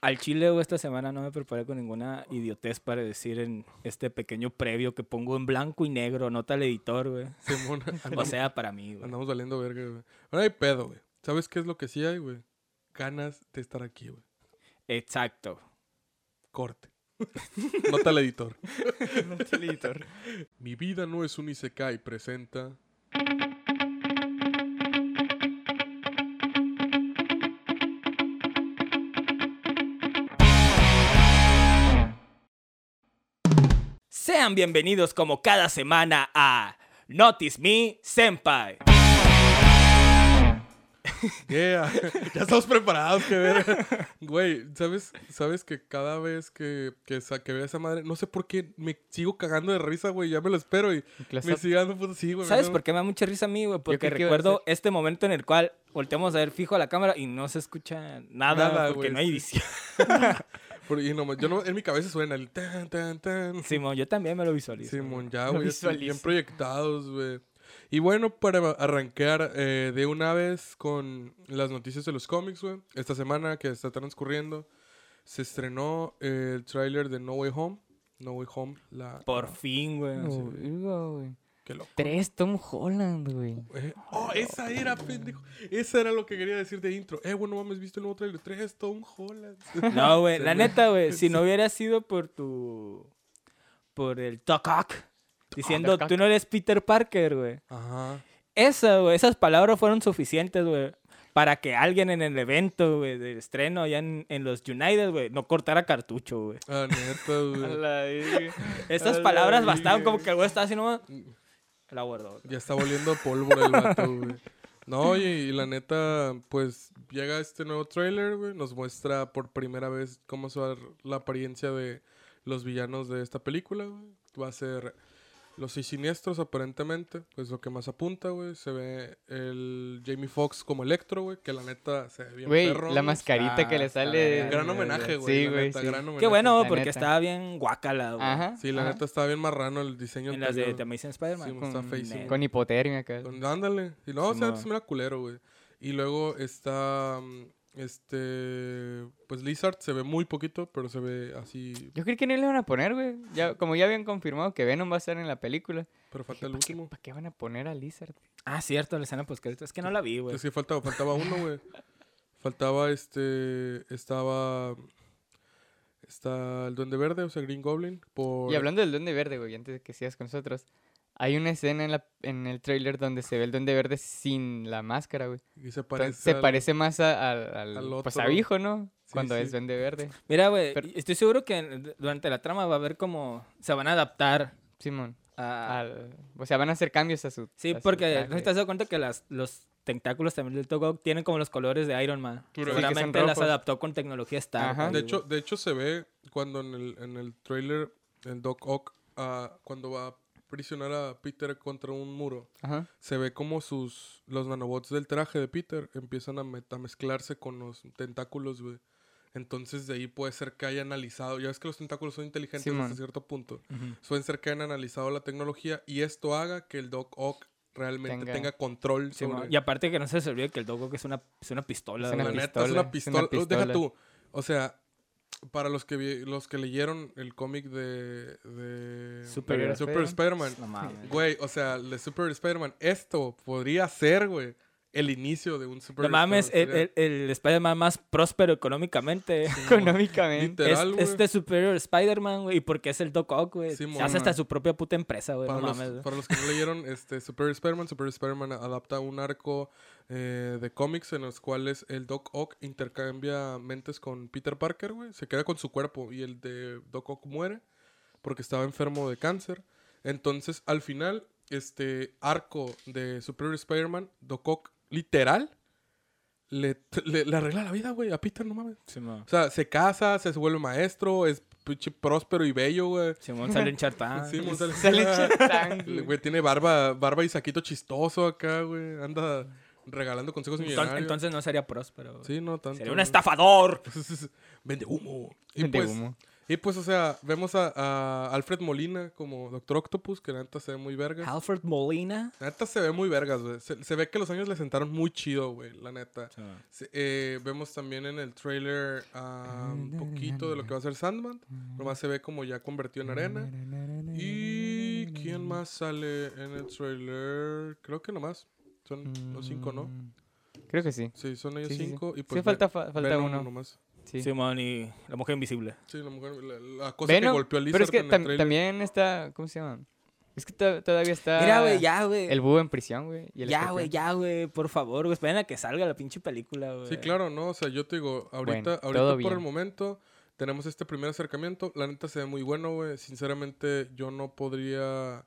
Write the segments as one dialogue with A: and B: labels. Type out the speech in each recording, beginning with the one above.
A: Al chile, güey, esta semana no me preparé con ninguna idiotez para decir en este pequeño previo que pongo en blanco y negro, nota al editor, güey.
B: Simón, andamos,
A: O sea, para mí, güey.
B: andamos valiendo verga, güey. Ahora hay pedo, güey. ¿Sabes qué es lo que sí hay, güey? Ganas de estar aquí, güey.
A: Exacto.
B: Corte. Nota al editor.
A: Nota al editor.
B: Mi vida no es un Isekai, presenta.
A: Sean bienvenidos como cada semana a Notice Me Senpai.
B: Yeah. ya estamos preparados, qué verga. Güey, ¿sabes, ¿sabes que cada vez que, que, sa- que veo esa madre, no sé por qué me sigo cagando de risa, güey? Ya me lo espero y me sigue dando puto. Sí, güey.
A: ¿Sabes
B: no-
A: por qué me da mucha risa a mí, güey? Porque
C: creo que iba a
A: recuerdo este momento en el cual volteamos a ver fijo a la cámara y no se escucha nada,
B: Nada,
A: porque
B: güey,
A: no hay
B: sí.
A: edición.
B: por- y nomás- yo no, en mi cabeza suena el tan, tan, tan.
A: Simón, yo también me lo visualizo.
B: Simón, ya,
C: Lo
B: güey. así, Bien
C: visualizo.
B: proyectados, güey. Y bueno, para arrancar eh, de una vez con las noticias de los cómics, güey. Esta semana que está transcurriendo, se estrenó eh, el tráiler de No Way Home. No Way Home, la...
A: Por fin, güey.
C: No, verga, güey.
B: Qué loco.
C: Tres Tom Holland, güey.
B: Eh, oh, esa era, pendejo. Esa era lo que quería decir de intro. Eh, bueno, mames, ¿viste el nuevo trailer? Tres Tom Holland.
A: No, güey, la neta, güey, si no hubiera sido por tu... Por el tocac, diciendo,
C: tocac.
A: tú no eres Peter Parker, güey.
B: Ajá.
A: Esa, güey, esas palabras fueron suficientes, güey, para que alguien en el evento, güey, del estreno allá en, en los United, güey, no cortara cartucho, güey.
B: Ah, neta, güey.
A: Estas
C: A la
A: palabras
C: verga.
A: bastaban como que el güey estaba así nomás... La guardó.
B: Ya está volviendo a pólvora el vato, güey. No, y, y la neta, pues llega este nuevo trailer, güey. Nos muestra por primera vez cómo se va a ver la apariencia de los villanos de esta película, güey. Va a ser los seis siniestros, aparentemente. Pues lo que más apunta, güey. Se ve el Jamie Foxx como Electro, güey. Que la neta se ve bien
C: Güey,
B: perro.
C: la
B: güey.
C: mascarita que le
A: está la
C: sale.
A: verga.
B: Gran homenaje, güey.
C: Sí,
B: la
C: güey.
B: neta,
C: sí.
B: gran homenaje.
A: Qué bueno,
C: la
A: porque
C: neta.
A: estaba bien guácala, güey.
C: Ajá.
B: Sí, la
C: ajá.
B: neta estaba bien marrano el diseño.
A: En las de The
B: anterior.
A: Amazing Spider-Man.
B: Sí, está feísimo.
C: Con hipotermia, acá.
B: Con- Ándale. Y no, o sea,
A: Simón.
B: se mira culero, güey. Y luego está. mm, Este. Pues Lizard se ve muy poquito, pero se ve así.
C: Yo creo que no le van a poner, güey. Ya, como ya habían confirmado que Venom va a estar en la película.
B: Pero falta
C: ¿Para
B: el
C: qué,
B: último.
C: pa' qué van a poner a Lizard?
A: Ah, cierto, la escena postcrédito. Es que no la vi, güey.
B: Es que faltaba, faltaba uno, güey. Faltaba este. Estaba. Está el Duende Verde, o sea, Green Goblin. Por...
C: Y hablando del Duende Verde, güey, antes de que sigas con nosotros. Hay una escena en, la, en el trailer donde se ve el Duende Verde sin la máscara, güey.
B: y se
C: Entonces,
B: parece.
C: Se
B: al-
C: parece más a- al, al,
B: al
C: pues,
B: otro.
C: a Hijo, ¿no?
B: Sí,
C: Cuando
B: sí.
C: es Duende Verde.
A: Mira, güey,
C: Pero-
A: estoy seguro que en- durante la trama va a haber como... Se van a adaptar
C: Simón.
A: a...
C: al- o sea, van a hacer cambios a su.
A: Ah. Sí,
C: a su
A: porque
C: traje.
A: no te has dado cuenta que las, los tentáculos también del Togog tienen como los colores de Iron Man.
B: Sí, que son
A: Seguramente las
C: rojos.
A: adaptó con tecnología Star.
C: Ajá.
B: De
A: güey.
B: hecho, de hecho, se ve cuando en el, en el trailer, el Doc Ock, ah, cuando va a prisionar a Peter contra un muro.
C: Ajá.
B: se ve como sus los nanobots del traje de Peter empiezan a, met- a mezclarse con los tentáculos, güey. Entonces de ahí puede ser que hayan analizado, ya ves que los tentáculos son inteligentes hasta
C: Simón.
B: cierto punto.
A: Ujú.
B: Pueden ser que hayan analizado la tecnología y esto haga que el Doc Ock realmente tenga,
C: Tenga-
B: control
A: Sí,
B: sobre
A: mo- y aparte que no se les olvide que el Dogok es una, es una pistola.
C: Es una
B: la
A: güey.
B: neta, es una pistola.
C: pistola, es una
B: Oh, Deja
C: pistola.
B: tú. O sea, para los que vi- los que leyeron el cómic de, de
A: Superior
B: Super
C: Spider-Man.
B: Spider-Man,
A: No mames.
B: Güey, o sea, el de Super Spider-Man, esto podría ser, güey, el inicio de un Super
A: No mames, eh, el,
B: Spider-Man.
A: el- el Spider-Man más próspero económicamente
C: Económicamente.
A: es
B: Literal, güey.
A: este Superior Spider-Man, güey. Y porque es el Doc Ock, güey.
B: Sí, mo-
A: Hace hasta su propia puta empresa, güey.
B: para,
A: No
B: los,
A: mames. güey.
B: para los que no leyeron este Super Spider-Man, Super Spider-Man adapta un arco eh, de cómics en los cuales el Doc Ock intercambia mentes con Peter Parker, güey. Se queda con su cuerpo y el de Doc Ock muere porque estaba enfermo de cáncer. Entonces, al final, este arco de Superior Spider-Man, Doc Ock, literal, le, le- le arregla la vida, güey, a Peter, no mames.
A: Sí, mo.
B: O sea, se casa, se vuelve maestro, es pinche próspero y bello, güey.
A: Simón sale en Chartán.
B: Sí, Gonzalo.
C: Sale chatán, güey.
B: Güey, tiene barba, barba y saquito chistoso acá, güey. Anda regalando consejos
A: entonces,
B: millonarios.
A: entonces no sería próspero. güey.
B: sí, no Pues tanto. Pues
A: sería un
B: güey.
A: estafador.
B: Vende humo. Y
C: Vende
B: pues,
C: humo.
B: Y pues, o sea, vemos a, a Alfred Molina como Doctor Octopus, que la neta se ve muy vergas.
A: Alfred Molina.
B: La neta se ve muy vergas, güey. Se, se ve que los años le sentaron muy chido, güey, la neta. Se- eh, vemos también en el trailer ah, un poquito de lo que va a ser Sandman. Nomás se ve como ya convertido en arena. ¿Y quién más sale en el trailer? Creo que nomás. Son los cinco, ¿no?
C: Mm, Creo que sí.
B: Sí, son ellos
C: Sí, sí, sí.
B: cinco. Y
C: Sí,
B: pues Ven-
C: falta, fa- falta
B: Venom
C: uno.
B: nomás.
C: Sí.
A: Simón y la mujer invisible.
B: Sí, la mujer, la, la cosa
C: Venom,
B: que golpeó a Lizard
C: pero es que
B: en el
C: tam-
B: trailer.
C: también está, ¿cómo se llama? Es que to- todavía está
A: Mira, güey, ya, güey.
C: el búho en prisión, güey. y el
A: Ya, güey,
C: escorpión.
A: ya, güey. Por favor, güey. Esperen a que salga la pinche película, güey.
B: Sí, claro, ¿no? O sea, yo te digo, ahorita,
C: Bueno,
B: ahorita
C: todo
B: por el
C: bien.
B: momento tenemos este primer acercamiento. La neta se ve muy bueno, güey. Sinceramente, yo no podría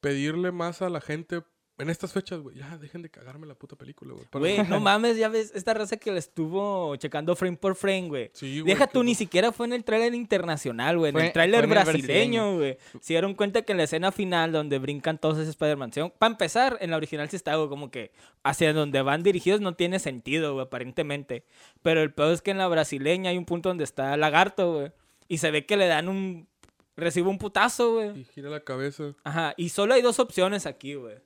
B: pedirle más a la gente en estas fechas, güey. Ya, dejen de cagarme la puta película, güey. Para-
A: Güey, no mames, ya ves esta raza que la estuvo checando frame por frame, güey.
B: Sí, güey,
A: Deja
B: que-
A: tú, ni siquiera fue en el tráiler internacional, güey. En
C: Fue-
A: el tráiler
C: fue en el
A: brasileño, güey. Se dieron cuenta que en la escena final donde brincan todos ese Spider-Man. Para empezar, en la original sí estaba como que hacia donde van dirigidos no tiene sentido, güey, aparentemente. Pero el peor es que en la brasileña hay un punto donde está Lagarto, güey. Y se ve que le dan un... Recibe un putazo, güey.
B: Y gira la cabeza.
A: Ajá, y solo hay dos opciones aquí, güey.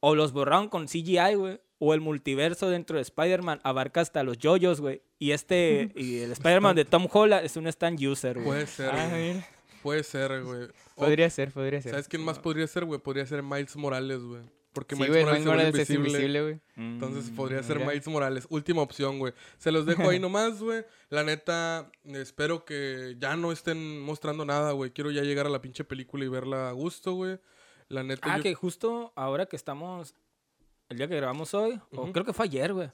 A: O los borraron con CGI, güey. O el multiverso dentro de Spider-Man abarca hasta los yoyos, güey. Y este, y el Spider-Man de Tom Holland es un stand user, güey.
B: Puede ser,
C: Ah,
B: güey.
C: mira.
B: Puede ser, güey. O-
C: Podría ser, podría ser.
B: Oh, ¿Sabes quién más podría ser, güey? Podría ser Miles Morales, güey. Porque
C: Sí,
B: Miles
C: güey,
B: Morales,
C: Miles
B: se vuelve
C: Morales es invisible, güey.
A: Mm.
C: Mm,
B: Entonces podría ser
C: mira.
B: Miles Morales. Última opción, güey. Se los dejo ahí nomás, güey. La neta, espero que ya no estén mostrando nada, güey. Quiero ya llegar a la pinche película y verla a gusto, güey. La neta.
A: Ah,
B: yo-
A: que justo ahora que estamos, el día que grabamos hoy, o creo que fue ayer, güey.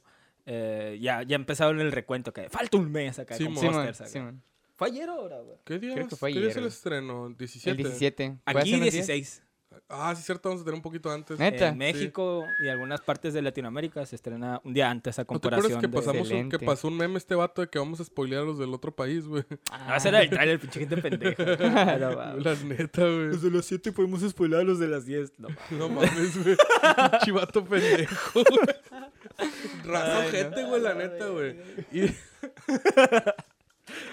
A: eh, ya, ya empezaron el recuento que falta un mes acá
B: Sí,
A: con
B: mon.
C: Sí,
A: pósters
C: man,
A: acá.
C: sí, man.
A: Fue ayer ahora, güey.
B: ¿Qué día,
C: creo
B: es?
C: que fue
B: ¿Qué día es
C: ayer,
B: el
C: güey.
B: estreno? ¿17?
C: El 17. ¿Fue hace
A: Aquí
C: unos días?
A: 16.
B: Ah, sí, cierto. Vamos a tener un poquito antes.
C: Neta.
A: En México y algunas partes de Latinoamérica se estrena un día antes a
B: ¿No te acuerdas
A: comparación
B: que,
A: de-
B: pasamos un- que
C: Excelente.
B: pasó un meme este vato de que vamos a spoilear a los del otro país, güey?
A: No, Ah. ese era el trailer, pinche gente pendeja. Pero, va.
C: Ah.
B: La neta, güey.
A: Los de las 7 podemos spoiler a los de las 10. No, va.
B: No mames, güey. Chivato pendejo, güey. Raza gente, güey, la neta, güey. Y...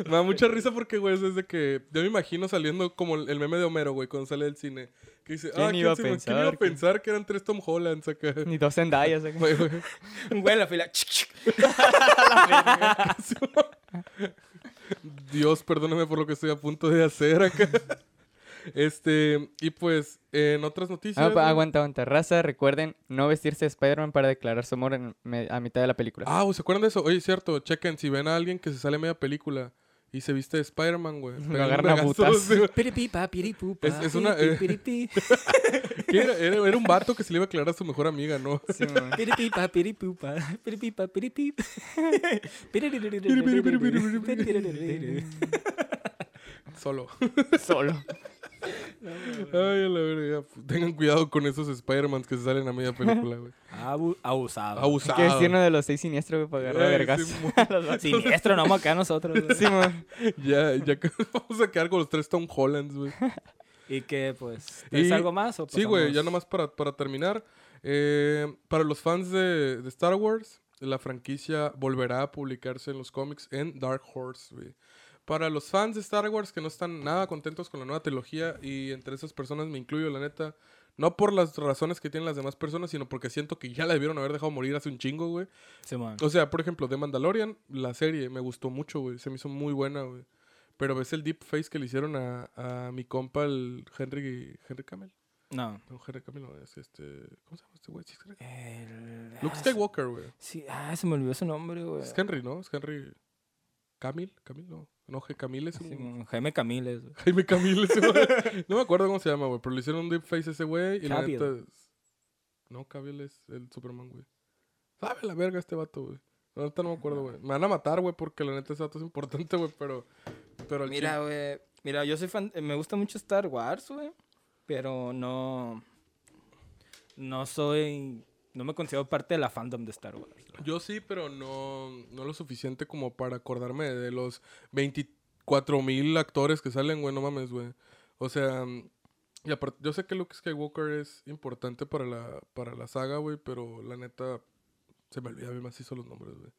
B: Me da mucha risa porque, güey, es desde que... Yo me imagino saliendo como el el meme de Homero, güey, cuando sale del cine. Que dice,
C: ¿Quién
B: ah,
C: iba a
B: se me- ¿quién
C: pensar
B: iba a
C: que-
B: pensar que eran tres Tom Hollands acá?
C: Ni dos sendallas.
A: Pues,
B: Güey, güey.
A: Un güey en la fila. chic, chic.
B: Dios, perdóname por lo que estoy a punto de hacer acá. Este, y pues, en otras noticias...
A: pues,
C: Ah, pa-
B: güey.
C: aguanta, aguanta. Raza, recuerden no vestirse de Spider-Man para declarar su amor en me- a mitad de la película.
B: Ah, güey, ¿se acuerdan de eso? Oye, cierto, chequen, si ven a alguien que se sale media película y se viste de Spider-Man, güey. pegan
C: agarran a
B: vergazos,
C: putazos.
B: güey.
A: Piripipa, piripupa,
B: Es- es una-
A: piripi, piripi.
B: Que Era, era- era un vato que se le iba a aclarar a su mejor amiga, ¿no?
C: Sí, man.
A: Piripipa, piripupa, piripipa, piripip.
B: Solo.
C: Solo.
B: Ay, a la verga. Tengan cuidado con esos Spider-Mans que se salen a media película, güey.
A: Abu- Abusado.
B: Abusado.
C: ¿Qué decirnos de los seis siniestros, güey, para agarrar
B: Ay,
C: vergas?
B: sí, mo-
A: Siniestro, no vamos acá nosotros. güey.
C: Sí, man.
B: ya, ya que vamos a quedar con los tres Tom Hollands, güey.
A: ¿Y qué, pues?
B: Y-
A: ¿Es algo más? o
B: Sí, güey,
A: pasamos?
B: ya nomás para, para terminar. eh, para los fans de, de Star Wars, la franquicia volverá a publicarse en los cómics en Dark Horse, güey. Para los fans de Star Wars que no están nada contentos con la nueva trilogía, y entre esas personas me incluyo, la neta, no por las razones que tienen las demás personas, sino porque siento que ya la debieron haber dejado morir hace un chingo, güey.
A: Simón.
B: O sea, por ejemplo, The Mandalorian, la serie, me gustó mucho, güey. Se me hizo muy buena, güey. Pero ves el deep face que le hicieron a, a mi compa, el Henry, Henry Camel.
A: No.
B: No, Henry Cavill no, es este. ¿Cómo se llama este güey? Sí, es Henry-
A: El-
B: Luke
A: ah, Eh.
B: Skywalker, güey.
A: Sí, ah, se me olvidó su nombre, güey.
B: Es Henry, ¿no? Es Henry. ¿Camil? ¿Camil? No. No, G- Camil es un.
A: Simón, Jaime Camiles, güey.
B: Jaime Camil ese güey. No me acuerdo cómo se llama, güey. Pero le hicieron un deepface a ese güey. Y la
A: Cavill.
B: neta. es- No, Cavill es el Superman, güey. Sabe la verga este vato, güey. La neta no me acuerdo, güey. Me van a matar, güey, porque la neta ese vato es importante, güey. Pero. Pero el
A: Mira,
B: chile-
A: güey. Mira, yo soy fan. eh, Me gusta mucho Star Wars, güey. Pero no. No soy. No me considero parte de la fandom de Star Wars. güey.
B: Yo sí, pero no, no lo suficiente como para acordarme de los 24 mil actores que salen, güey, no mames, güey. O sea, mm, y aparte, yo sé que Luke Skywalker es importante para la, para la saga, güey, pero la neta se me olvida bien más hizo los nombres, güey.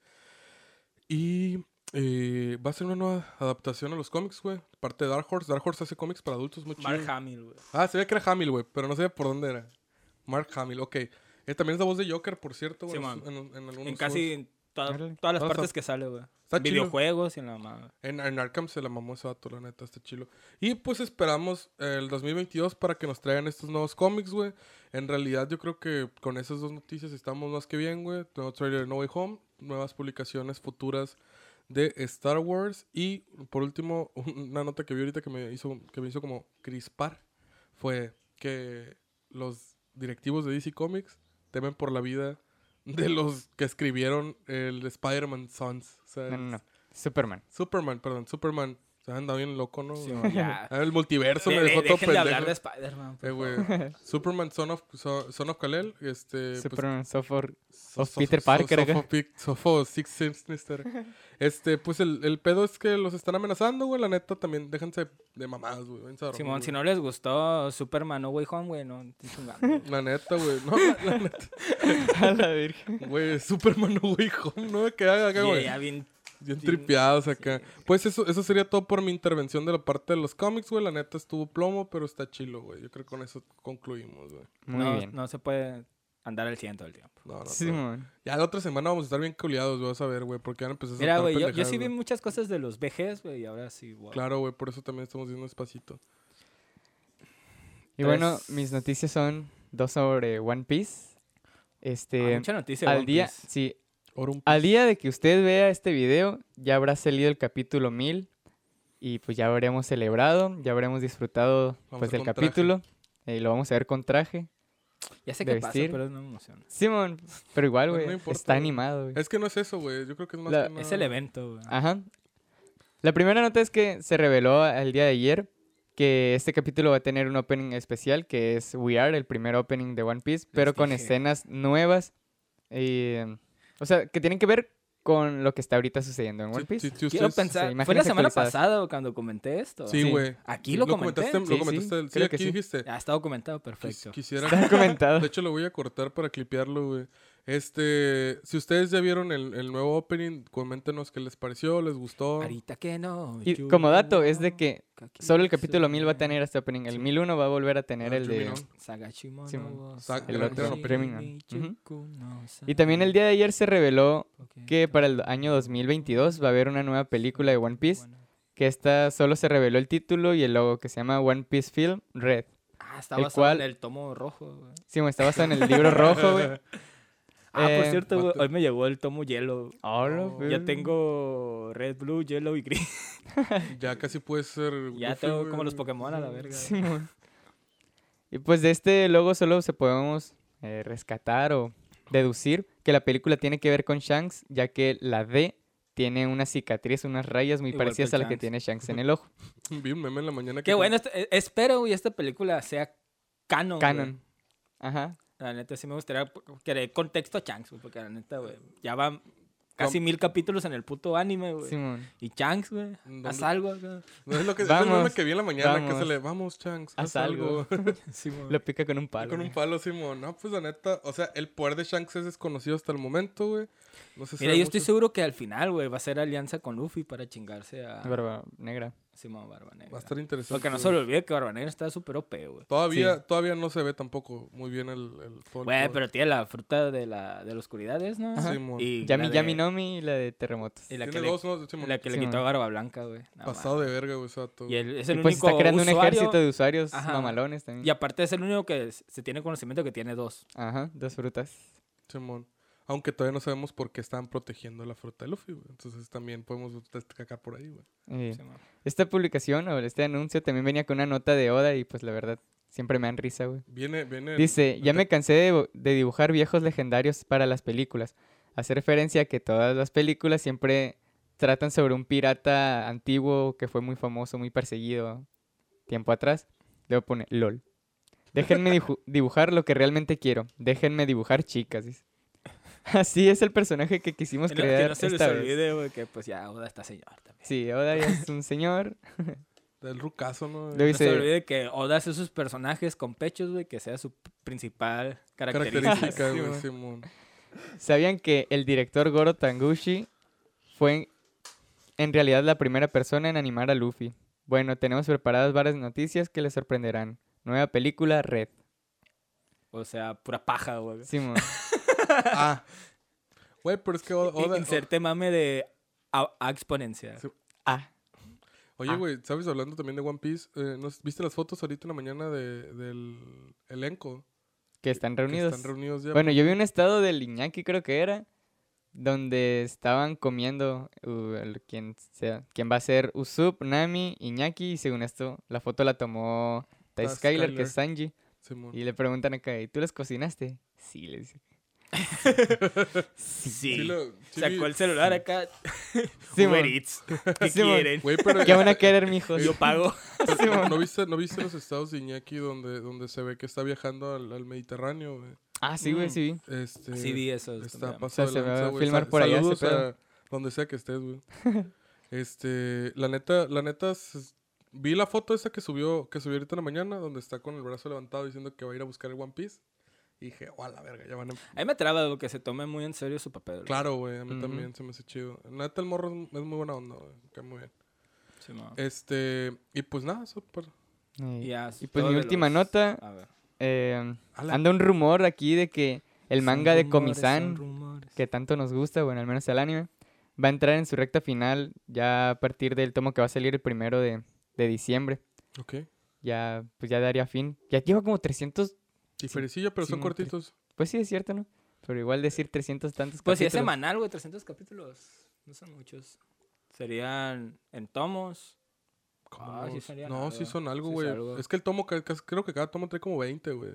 B: Y eh, eh, va a ser una nueva adaptación a los cómics, güey. Parte de Dark Horse. Dark Horse hace cómics para adultos muy
A: Mark
B: chidos.
A: Hamill, güey.
B: Ah, se ve que era Hamill, güey, pero no sé por dónde era. Mark Hamill, ok. Eh, también es la voz de Joker, por cierto, güey.
A: Simón.
B: en, en, en algunos
A: En casi en toda-
C: Órale.
A: todas las
B: Todas
A: partes
B: son-
A: que sale, güey.
B: Está chido.
A: Videojuegos y en la madre.
B: En, en Arkham se la mamó ese vato, la neta, está chilo. Y pues esperamos el 2022 para que nos traigan estos nuevos cómics, güey. En realidad yo creo que con esas dos noticias estamos más que bien, güey. Nuevo trailer de No Way Home, nuevas publicaciones futuras de Star Wars. Y por último, una nota que vi ahorita que me hizo, que me hizo como crispar fue que los directivos de DC Comics temen por la vida de los que escribieron el Spider-Man Sons. O sea,
C: No, no, no. Superman.
A: Eh,
B: Superman, perdón, Superman. Se han andado bien loco, ¿no?
A: Simón, ya.
B: Ah, el multiverso
A: De-
B: me
A: de-
B: dejó todo
A: dejen de hablar de
B: pendejo.
A: Spider-Man. pues. por
B: Eh, güey. Superman, Son of, so- Son of Kalel.
A: pues,
B: Este,
C: Superman, software.
B: so-
C: of
B: so-
C: Peter
B: so-
C: Parker,
B: Sofo
C: acá.
B: Pic- Sofo Six Sinister. Este, pues el, el pedo es que los están amenazando, güey. La neta, también déjense de mamadas, güey. ven
A: favor.
B: sabrosos,
A: Simón,
B: güey.
A: si no les gustó Superman No Way Home, güey, no estoy chingando. güey.
B: La neta, güey. No, la, la neta.
C: A la virgen.
B: Güey, Superman, güey, home. No me queda acá,
A: Y
B: güey.
A: ya bien
B: Bien
A: Sí,
B: tripeados acá. Pues eso, eso sería todo por mi intervención de la parte de los cómics, güey. La neta estuvo plomo, pero está chilo, güey. Yo creo que con eso concluimos, güey.
C: Muy
A: no,
C: bien.
A: no se puede andar al 100 todo el tiempo.
B: No, no, pero-
C: Simón.
B: Ya la otra semana vamos a estar bien culiados, güey. Vas a ver, güey. Porque ya empezó a
A: Mira,
B: soltar
A: güey, yo, yo
B: pendejadas,
A: sí vi
B: Pues, güey.
A: muchas cosas de los VGs, güey, y ahora sí, wow. Ah,
B: Claro, güey. Por eso también estamos yendo despacito.
C: Y bueno,
A: Tres.
C: mis noticias son dos sobre One Piece. Este,
A: Ah, mucha noticia. de
C: al
A: One
C: día,
A: Piece.
C: sí,
B: Ahora un-
C: al día de que usted vea este video, ya habrá salido el capítulo 1000 y pues ya habremos celebrado, ya habremos disfrutado
B: Vamos a ver
C: pues del
B: con traje.
C: capítulo y lo vamos a ver con traje.
A: Ya sé
C: de
A: qué pasa,
C: vestir.
A: pero no me emociona.
C: Simón, pero igual,
B: Pues No, no
C: güey,
B: importa,
C: está
B: güey.
C: animado, güey.
B: Es que no es eso, güey. Yo creo que es más
C: La-
B: que nada-
A: Es el evento, güey.
C: Ajá. La primera nota es que se reveló el día de ayer que este capítulo va a tener un opening especial que es We Are, el primer opening de One Piece, pero con
A: dije.
C: escenas nuevas. y, o sea, que tienen que ver con lo que está ahorita sucediendo en
B: Sí,
C: One Piece.
B: sí, sí,
A: Quiero
B: ustedes-
A: pensar. ¿Fue la
C: imágenes
A: semana
C: actualizadas.
A: pasada güey, cuando comenté esto?
B: Sí,
C: Sí.
B: güey.
A: Aquí lo, comenté.
B: comentaste-
C: Sí,
B: Lo
C: sí,
B: comentaste. Sí,
C: creo que
B: aquí
C: sí.
B: dijiste.
A: Ya está documentado, perfecto.
B: Quis-
C: Pues,
B: Quisiera
C: Está documentado.
B: De hecho, lo voy a cortar para clipearlo, güey. Este, si ustedes ya vieron el, el nuevo opening, coméntenos qué les pareció, les gustó.
A: Ahorita que no.
C: Y
A: yo
C: como dato es de
A: no,
C: que
A: aquí
C: solo el
A: soy.
C: capítulo 1000 va a tener este opening. El
A: Sí.
C: 1001 va a volver a tener
B: Ah,
C: el de...
B: Jumino.
A: Sagashimono
C: Simón.
A: wa
B: Sa-
C: el
A: Sagashi
C: otro opening, ¿no?
A: Michiku no
C: Y también el día de ayer se reveló
A: Saga.
C: que para el año 2022 va a haber una nueva película de One Piece que esta solo se reveló el título y el logo que se llama One Piece Film Red.
A: Ah, está
C: el
A: basado
C: cual-
A: en el tomo rojo, güey.
C: Sí, güey, está basado en el libro rojo, güey.
A: Ah, por
C: Eh,
A: cierto, güey,
B: what the-
A: hoy me llegó el tomo hielo.
C: Hola,
B: Oh.
A: Ya
C: güey.
A: tengo red, blue, yellow y green.
B: Ya casi puede ser.
A: Ya
B: Goofy,
A: tengo
B: güey.
A: como los Pokémon a la verga.
C: Sí, güey. Y pues de este logo solo se podemos eh, rescatar o deducir que la película tiene que ver con Shanks, ya que la D tiene una cicatriz, unas rayas muy
A: Igual que
C: parecidas
A: el
C: a las que
A: Shanks.
C: tiene Shanks en el ojo.
B: Vi un meme en la mañana. que
A: Qué bueno, este- eh, espero, güey, esta película sea canon. güey.
C: Canon. Ajá.
A: La neta, sí me gustaría p- que le dé contexto a Shanks, güey, porque la neta, güey, ya van casi mil capítulos en el puto anime, güey.
C: Simón.
A: Y Shanks, güey,
B: ¿Dónde-
A: haz algo acá.
B: No es lo que es el
C: Vamos,
B: meme que vi en la mañana que se
C: vamos.
B: le vamos, Chanks, haz,
C: Haz algo.
B: algo.
A: Sí, güey.
C: Lo pica con un palo.
B: Con un
C: güey.
B: palo, Simón. No, pues la neta, o sea, el poder de Shanks es desconocido hasta el momento, güey. No sé si.
A: Mira, yo estoy seguro que al final, güey, va a ser alianza con Luffy para chingarse a
C: Barba negra.
A: Simón Barbanegra.
B: Va a estar interesante.
A: Porque no
B: güey.
A: se le olvide que Barbanegra está súper OP, güey.
B: Todavía, todavía no se ve tampoco muy bien el. el todo el
A: Güey,
B: poder.
A: pero tiene la fruta de la, de la oscuridad, ¿es, ¿no?
B: Ajá. Simón.
A: Y
C: Yami
A: la de-
C: Yami Nomi y la de terremotos.
A: Y la que
B: Tiene
A: le,
B: dos, ¿no? Simón.
A: la que le
C: Sí,
A: quitó
C: man.
A: a Barba Blanca, güey. No,
B: Pasado de verga, güey, ese vato.
A: man. Y él es el
C: Y pues
A: único
C: está creando un
A: usuario-
C: ejército de usuarios
A: Ajá.
C: mamalones también.
A: Y aparte es el único que s- se tiene conocimiento que tiene dos.
C: Ajá, dos frutas.
B: Simón. Aunque todavía no sabemos por qué están protegiendo la fruta de Luffy, güey. Entonces también podemos destacar por ahí, güey.
C: Eh,
A: Sí, man.
C: Esta publicación o este anuncio también venía con una nota de Oda y pues la verdad siempre me dan risa, güey.
B: Viene, viene. el-
C: Dice, ya
B: el
C: me cansé de, bo- de dibujar viejos legendarios para las películas. Hace referencia a que todas las películas siempre tratan sobre un pirata antiguo que fue muy famoso, muy perseguido tiempo atrás. Luego pone, lol. Déjenme diju- dibujar lo que realmente quiero. Déjenme dibujar chicas. dice. Así es el personaje que quisimos
A: Y no- que
C: crear
A: no se les
C: esta vez.
A: olvide, güey, que pues ya Oda está señor también.
C: Sí, Oda ya es un señor.
B: Del rucazo, ¿no?
C: Luego
A: No se
C: dice,
A: olvide que Oda hace sus personajes con pechos, güey, que sea su p- principal característica.
B: Característica,
C: Sí,
B: güey,
C: güey.
B: Simón.
C: ¿Sabían que el director Goro Taniguchi fue en realidad la primera persona en animar a Luffy. Bueno, tenemos preparadas varias noticias que le sorprenderán. Nueva película, Red.
A: O sea, pura paja, güey.
C: Simón.
B: Ah. Güey, pero es que O- Oda-
A: Inserte mame de a, a exponencia.
B: Sí.
C: ah.
B: Oye,
C: Ah.
B: güey, ¿sabes? Hablando también de One Piece, eh, ¿no has- ¿viste las fotos ahorita en la mañana de- del elenco?
C: Que están
B: Que
C: reunidos.
B: están reunidos ya.
C: Bueno, yo vi un estado del Iñaki, creo que era, donde estaban comiendo uh, el- quien, sea, quien va a ser Usup, Nami, Iñaki, y según esto, la foto la tomó Ty
B: Ah,
C: Skyler, que
B: Skyler.
C: es Sanji,
B: Simón.
C: y le preguntan acá, ¿y tú las cocinaste? Sí, le dice.
A: Sí.
B: Sí lo- sí
A: Sacó
B: vi-
A: el celular acá.
C: Sí,
A: Uber
C: mon.
A: Eats. ¿Qué
C: Sí, mon.
A: quieren?
B: Güey, pero-
C: ¿Qué van a querer, mijos?
A: Yo pago.
B: pero
C: Sí,
B: ¿no,
C: mon.
B: no viste, ¿No viste los estados de Iñaki donde, donde se ve que está viajando al, al Mediterráneo, güey?
C: Ah, sí, güey,
A: Mm.
C: sí.
B: Este,
A: Sí vi eso.
B: Está
A: también.
B: pasado
C: O sea,
B: de
C: se va
B: lanza,
C: a
B: güey.
C: filmar
B: Sa-
C: por allá ese
B: saludos
C: pedo.
B: a donde sea que estés, güey. Este, la neta, la neta, s- vi la foto esa que subió, que subió ahorita en la mañana, donde está con el brazo levantado diciendo que va a ir a buscar el One Piece. Y dije, oh, a la verga, ya van a...
A: A mí me traba güey, que se tome muy en serio su papel. güey.
B: Claro, güey, a mí
C: Ujú.
B: también se me hace chido. La neta, el morro es es muy buena onda, güey, que muy bien.
A: Sí, mon.
B: Este, y pues nada, eso por...
C: Y-
A: Y ya,
C: Y pues
A: todo
C: mi
A: de
C: última
A: los-
C: nota,
A: A ver.
C: eh,
B: A la-
C: anda un rumor aquí de que el
A: Son
C: manga de
A: rumores, son
C: Komi-san
A: rumores.
C: que tanto nos gusta, bueno, al menos el anime, va a entrar en su recta final ya a partir del tomo que va a salir el primero de, de diciembre.
B: Ok.
C: Ya, pues ya daría fin. Ya lleva como 300,
B: Diferencilla, pero son
C: sí,
B: cortitos.
C: pues sí, es cierto, ¿no? Pero igual decir 300 tantos
A: Pues si es
C: capítulos.
A: semanal, güey, 300 capítulos. No son muchos. Serían en tomos.
B: ¿Cómo
A: Ah, sí
B: no?
A: sería
B: no, sí
A: nada.
B: son algo,
A: Sí es
B: güey.
A: algo.
B: Es que el tomo, ca- cas- creo que cada tomo trae como 20, güey.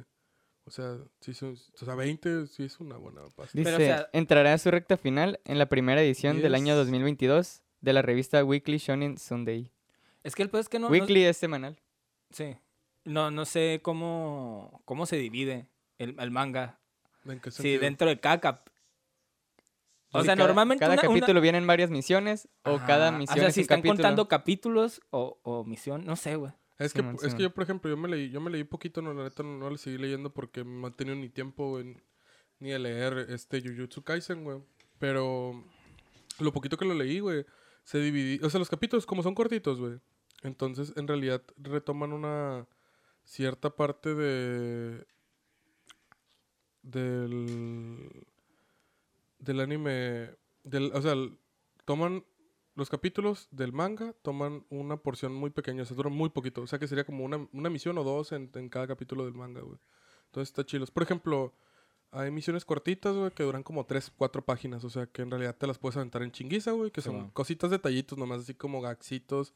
B: O sea, sí son, o sea, 20 sí es una buena pasta.
C: Dice,
A: Pero, o sea-
C: entrará a su recta final en la primera edición del
B: Yes.
C: año 2022 de la revista Weekly Shonen Sunday.
A: Es que el pedo es que no... no-
C: Weekly es semanal.
A: sí. No, no sé cómo, cómo se divide el, el manga.
B: ¿En qué
A: Sí,
B: sentido?
A: dentro de cada cap- O
C: Sí,
A: sea,
C: cada-
A: normalmente
C: Cada
A: una- una-
C: capítulo vienen varias misiones o cada
A: Ajá. Ah,
C: misión
A: O sea,
C: es
A: si
C: un
A: están
C: capítulo.
A: contando capítulos o, o misión, no sé, güey.
B: Es que,
C: Simón,
B: es
C: Simón.
B: que yo, por ejemplo, yo me leí, yo me leí poquito, no, la neta no, no le seguí leyendo porque no he tenido ni tiempo en- ni de leer este Jujutsu Kaisen, güey. Pero lo poquito que lo leí, güey, se dividí, o sea, los capítulos como son cortitos, güey. Entonces, en realidad retoman una cierta parte de del del anime, del, o sea, el- toman los capítulos del manga toman una porción muy pequeña, o sea, duran muy poquito. O sea, que sería como una, una misión o dos en, en cada capítulo del manga, güey. Entonces está chilos. Por ejemplo, hay misiones cortitas, güey, que duran como tres, cuatro páginas. O sea, que en realidad te las puedes aventar en chinguiza, güey, que
A: Sí,
B: son
A: va.
B: cositas detallitos nomás, así como gaxitos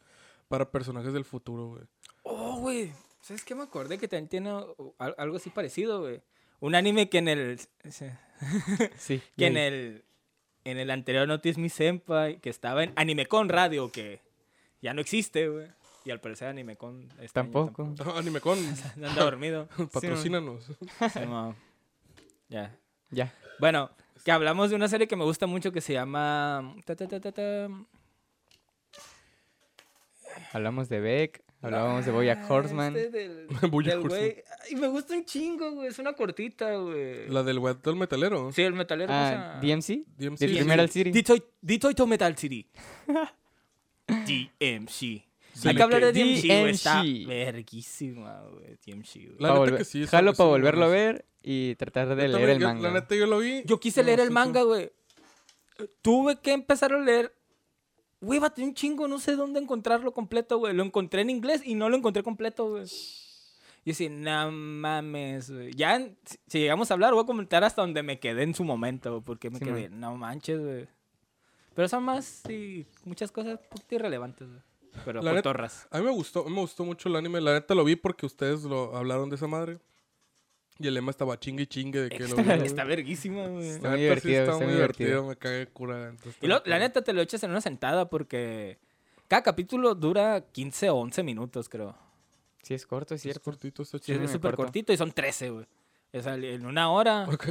B: para personajes del futuro, güey.
A: Oh, güey. ¿Sabes qué me acordé? Que también tiene o- al- algo así parecido, güey. Un anime que en el...
C: Sí.
A: Que en
C: yay.
A: el, en el anterior Notice Mi Senpai, que estaba en Animecon Radio, que ya no existe, güey. Y al parecer Animecon este año
C: Tampoco.
B: Animecon,
A: tampoco- Anda dormido.
B: patrocínanos.
A: Sí, no. Ya.
C: Ya.
A: Bueno, que hablamos de una serie que me gusta mucho que se llama... ta, ta, ta, ta, ta.
C: Hablamos de Beck, hablábamos de Boyack
A: Ah,
C: Horseman.
A: este del-
B: Bojack
A: del
B: Horseman.
A: güey. Ay, me gusta un chingo, güey. Es una cortita, güey.
B: La del web del metalero.
A: Sí, el metalero. ¿cómo se
C: Ah,
A: llama?
C: DMC.
B: DMC.
C: Del
A: Sí,
C: primer al
A: sí.
C: City.
A: Detroit, Detroit to Metal City. DMC. Hay
B: me
A: que hablar de
C: quedé.
A: DMC, güey. Está
C: DMC.
A: verguísima, güey. DMC, güey.
B: La
C: Pa'
B: neta
C: volver-
B: que sí, está-
C: Jalo
B: está
C: para
B: muy
C: volverlo a
B: bueno.
C: ver y tratar de
B: Yo
C: leer el
B: también, yo-
C: manga.
B: La neta, yo lo vi.
A: Yo quise
B: No,
A: leer el
B: sí,
A: manga, güey. Tuve que empezar a leer. Güey, batí un chingo, no sé dónde encontrarlo completo, güey. Lo encontré en inglés y no lo encontré completo, güey. Yo decía, no mames, güey. Ya, en- si- si llegamos a hablar, voy a comentar hasta donde me quedé en su momento, güey, porque me
C: Sí,
A: quedé, no manches, güey. Pero son más y muchas cosas un poquito irrelevantes, güey. Pero
B: La neta-
A: cotorras.
B: A mí me gustó, a mí me gustó mucho el anime. La neta lo vi porque ustedes lo hablaron de esa madre. Y el lema estaba chingue y chingue de que lo vieron, güey.
A: Está verguísima, güey.
B: La neta
C: muy
B: sí
C: divertido,
B: está
C: está
B: muy
C: muy
B: divertido.
C: divertido.
B: Me cagué de cura. entonces,
A: Y lo-
B: está
A: la
B: muy-
A: neta te lo echas en una sentada porque cada capítulo dura 15 o 11 minutos, creo.
C: Sí, es corto, es
B: Es
C: cierto.
B: cortito, está
A: Sí,
B: chido.
A: es
C: muy
A: súper
C: corto.
A: cortito y son 13, güey. O sea, en una hora.
B: Ok.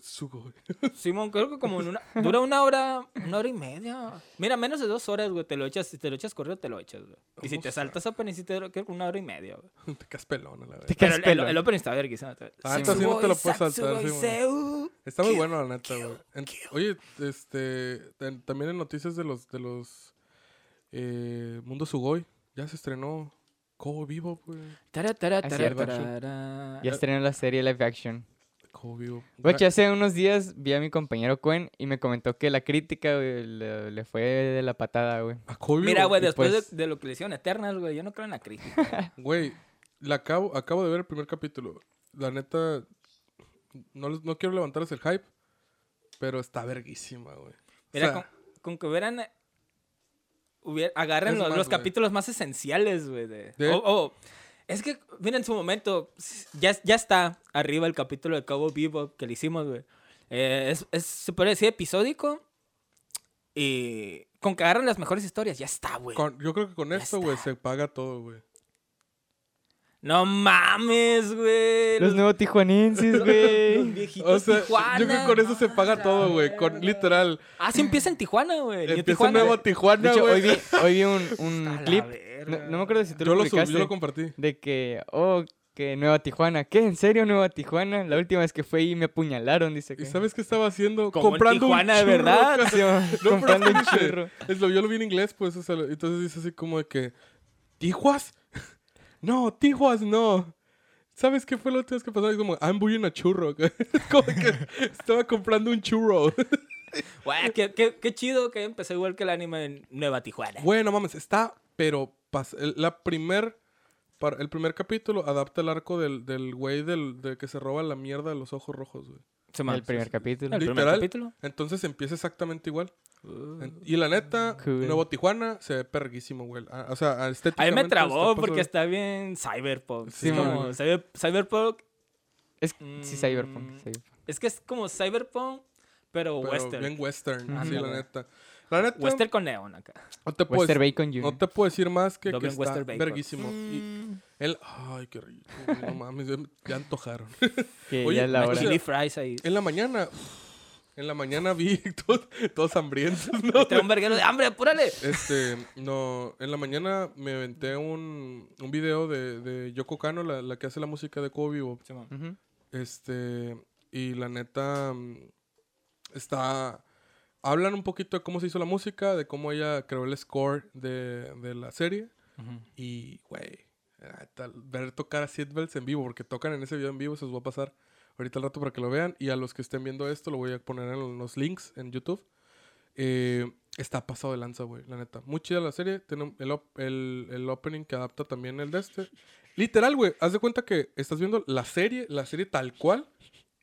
B: Sugoi.
A: Simón, creo que como en una. Dura una hora, una hora y media. Mira, menos de dos horas, güey. Te lo echas, si te lo echas corrido, te lo echas, güey. Y si te
B: Ostras.
A: saltas opening, sí te dura, creo que una hora y media, güey.
B: Te quedas pelón a la
C: Te
B: verdad.
A: Pero
C: quedas
A: el, el,
C: pelón.
A: el opening está verguísima.
B: Ah,
A: Sí,
B: esta sí
A: güey.
B: no te lo puedes
A: Satsugoi
B: saltar, Simón.
A: Seu.
B: Está muy bueno, la neta, güey. En- Oye, este. en- también en noticias de los. De los eh, Mundo Sugoi. Ya se estrenó Cobo Vivo, güey.
A: Tara, tara,
C: Así
A: tara,
B: es, Bachu.
A: tarara.
C: Ya estrenó la serie live action.
B: Cobo Vivo.
C: Güey, hace unos días vi a mi compañero Cohen y me comentó que la crítica güey, le, le fue de la patada, güey.
B: A Cobo Vivo.
A: Mira, güey,
C: y
A: después
C: pues-
A: de, de lo que le hicieron a Eternals, güey, yo no creo en la crítica.
B: Güey, la acabo, acabo de ver el primer capítulo. La neta, no, les- no quiero levantarles el hype, pero está verguísima, güey. O
A: Mira,
B: sea,
A: con, con que hubieran. hubiera- agarren
B: Es
A: los,
B: más,
A: los
B: güey.
A: capítulos más esenciales, güey. de-
B: De-
A: o- o- es que, mira, en su momento, ya, ya está arriba el capítulo de Cabo Vivo que le hicimos, güey. Eh, es, es, se puede decir, episódico. Y con que agarren las mejores historias, ya está, güey.
B: con- yo creo que con
A: Ya
B: esto, güey,
A: está.
B: se paga todo, güey.
A: No mames, güey.
C: Los nuevos tijuanenses,
A: los
C: güey.
A: viejitos
B: O sea,
A: Tijuana.
B: yo creo que con eso se paga
A: la
B: todo, güey. Con
A: verga.
B: literal.
A: Ah, sí empieza en Tijuana, güey. New
B: Empieza
A: Tijuana,
B: nuevo
A: güey.
C: De
B: Tijuana,
C: hecho, hoy
B: güey.
C: vi, hoy vi un, un
A: A la
C: clip. No,
A: verga.
C: no me acuerdo si tú
B: Yo lo, subí,
C: publicaste.
B: yo lo compartí.
C: de que, oh, que Nueva Tijuana. ¿Qué? ¿En serio Nueva Tijuana? La última vez que fui ahí me apuñalaron, dice que.
B: ¿Y sabes qué estaba haciendo?
A: Como en
B: Comprando un
A: Tijuana, de
B: churro,
A: verdad.
B: ca-
C: Sí, va,
B: pero
C: comprando
B: es
C: un
B: que dice-
C: churro.
B: Es lo, yo lo vi en inglés, pues, o sea, lo- entonces dice así como de que, ¿Tijuas? No, Tijuas no. ¿Sabes qué fue lo último que pasó? Es como, I'm buying a churro. Es como que estaba comprando un churro.
A: Güey, qué, qué- qué chido que empezó igual que el anime en Nueva Tijuana.
B: Bueno, mames, está, pero pas- el- la primer, par- el primer capítulo adapta el arco del, del güey del, de que se roba la mierda de los ojos rojos, güey.
A: Se
C: El primer capítulo.
A: El primer
B: Literal. Uh.
A: capítulo.
B: Entonces empieza exactamente igual. En- Y la neta,
C: Cool.
B: Nuevo Tijuana se ve perguísimo, güey. Ah, O sea,
A: Ahí
B: estéticamente...
A: me trabó
B: está
A: porque
B: pasado-
A: está bien Cyberpunk.
B: Sí,
A: Es como
B: güey.
A: cyber- Cyberpunk
C: Es, sí, Cyberpunk.
A: Mm.
C: Cyberpunk.
A: es que es como Cyberpunk, pero,
B: Pero
A: western.
B: bien western,
C: Ajá.
B: sí, la
A: Ándale.
B: neta. La neta,
A: Western con neón acá.
B: no, te puedo,
C: Western
B: decir-
C: Bacon Jr.
B: pues, no te puedo decir más que, que
A: Doble en
B: está
A: Western pues. Bacon.
B: verguísimo.
C: Mm.
B: Y el, ay, qué rico, güey, no mames, ya- ya antojaron.
C: que
B: Oye,
C: ya es la
B: Ahora-
A: Ahora,
C: hora.
A: chili fries ahí.
B: En la mañana, en la mañana vi todos, todos hambrientos, ¿no?
A: Este un verguero de hambre, apúrale.
B: Este, no, en la mañana me aventé un, un video de, de Yoko Kano, la, la que hace la música de Kobe Vivo.
C: Ujú.
B: Este, y la neta mm, está. Hablan un poquito de cómo se hizo la música, de cómo ella creó el score de, de la serie. Y, güey, la neta, ver tocar a Seatbelts en vivo, porque tocan en ese video en vivo, se los voy a pasar ahorita al rato para que lo vean. Y a los que estén viendo esto, lo voy a poner en los links en YouTube. Eh, está pasado de lanza, güey, la neta. Muy chida la serie. Tiene un- el, op- el, el opening que adapta también el de este. Literal, güey, haz de cuenta que estás viendo la serie, la serie tal cual.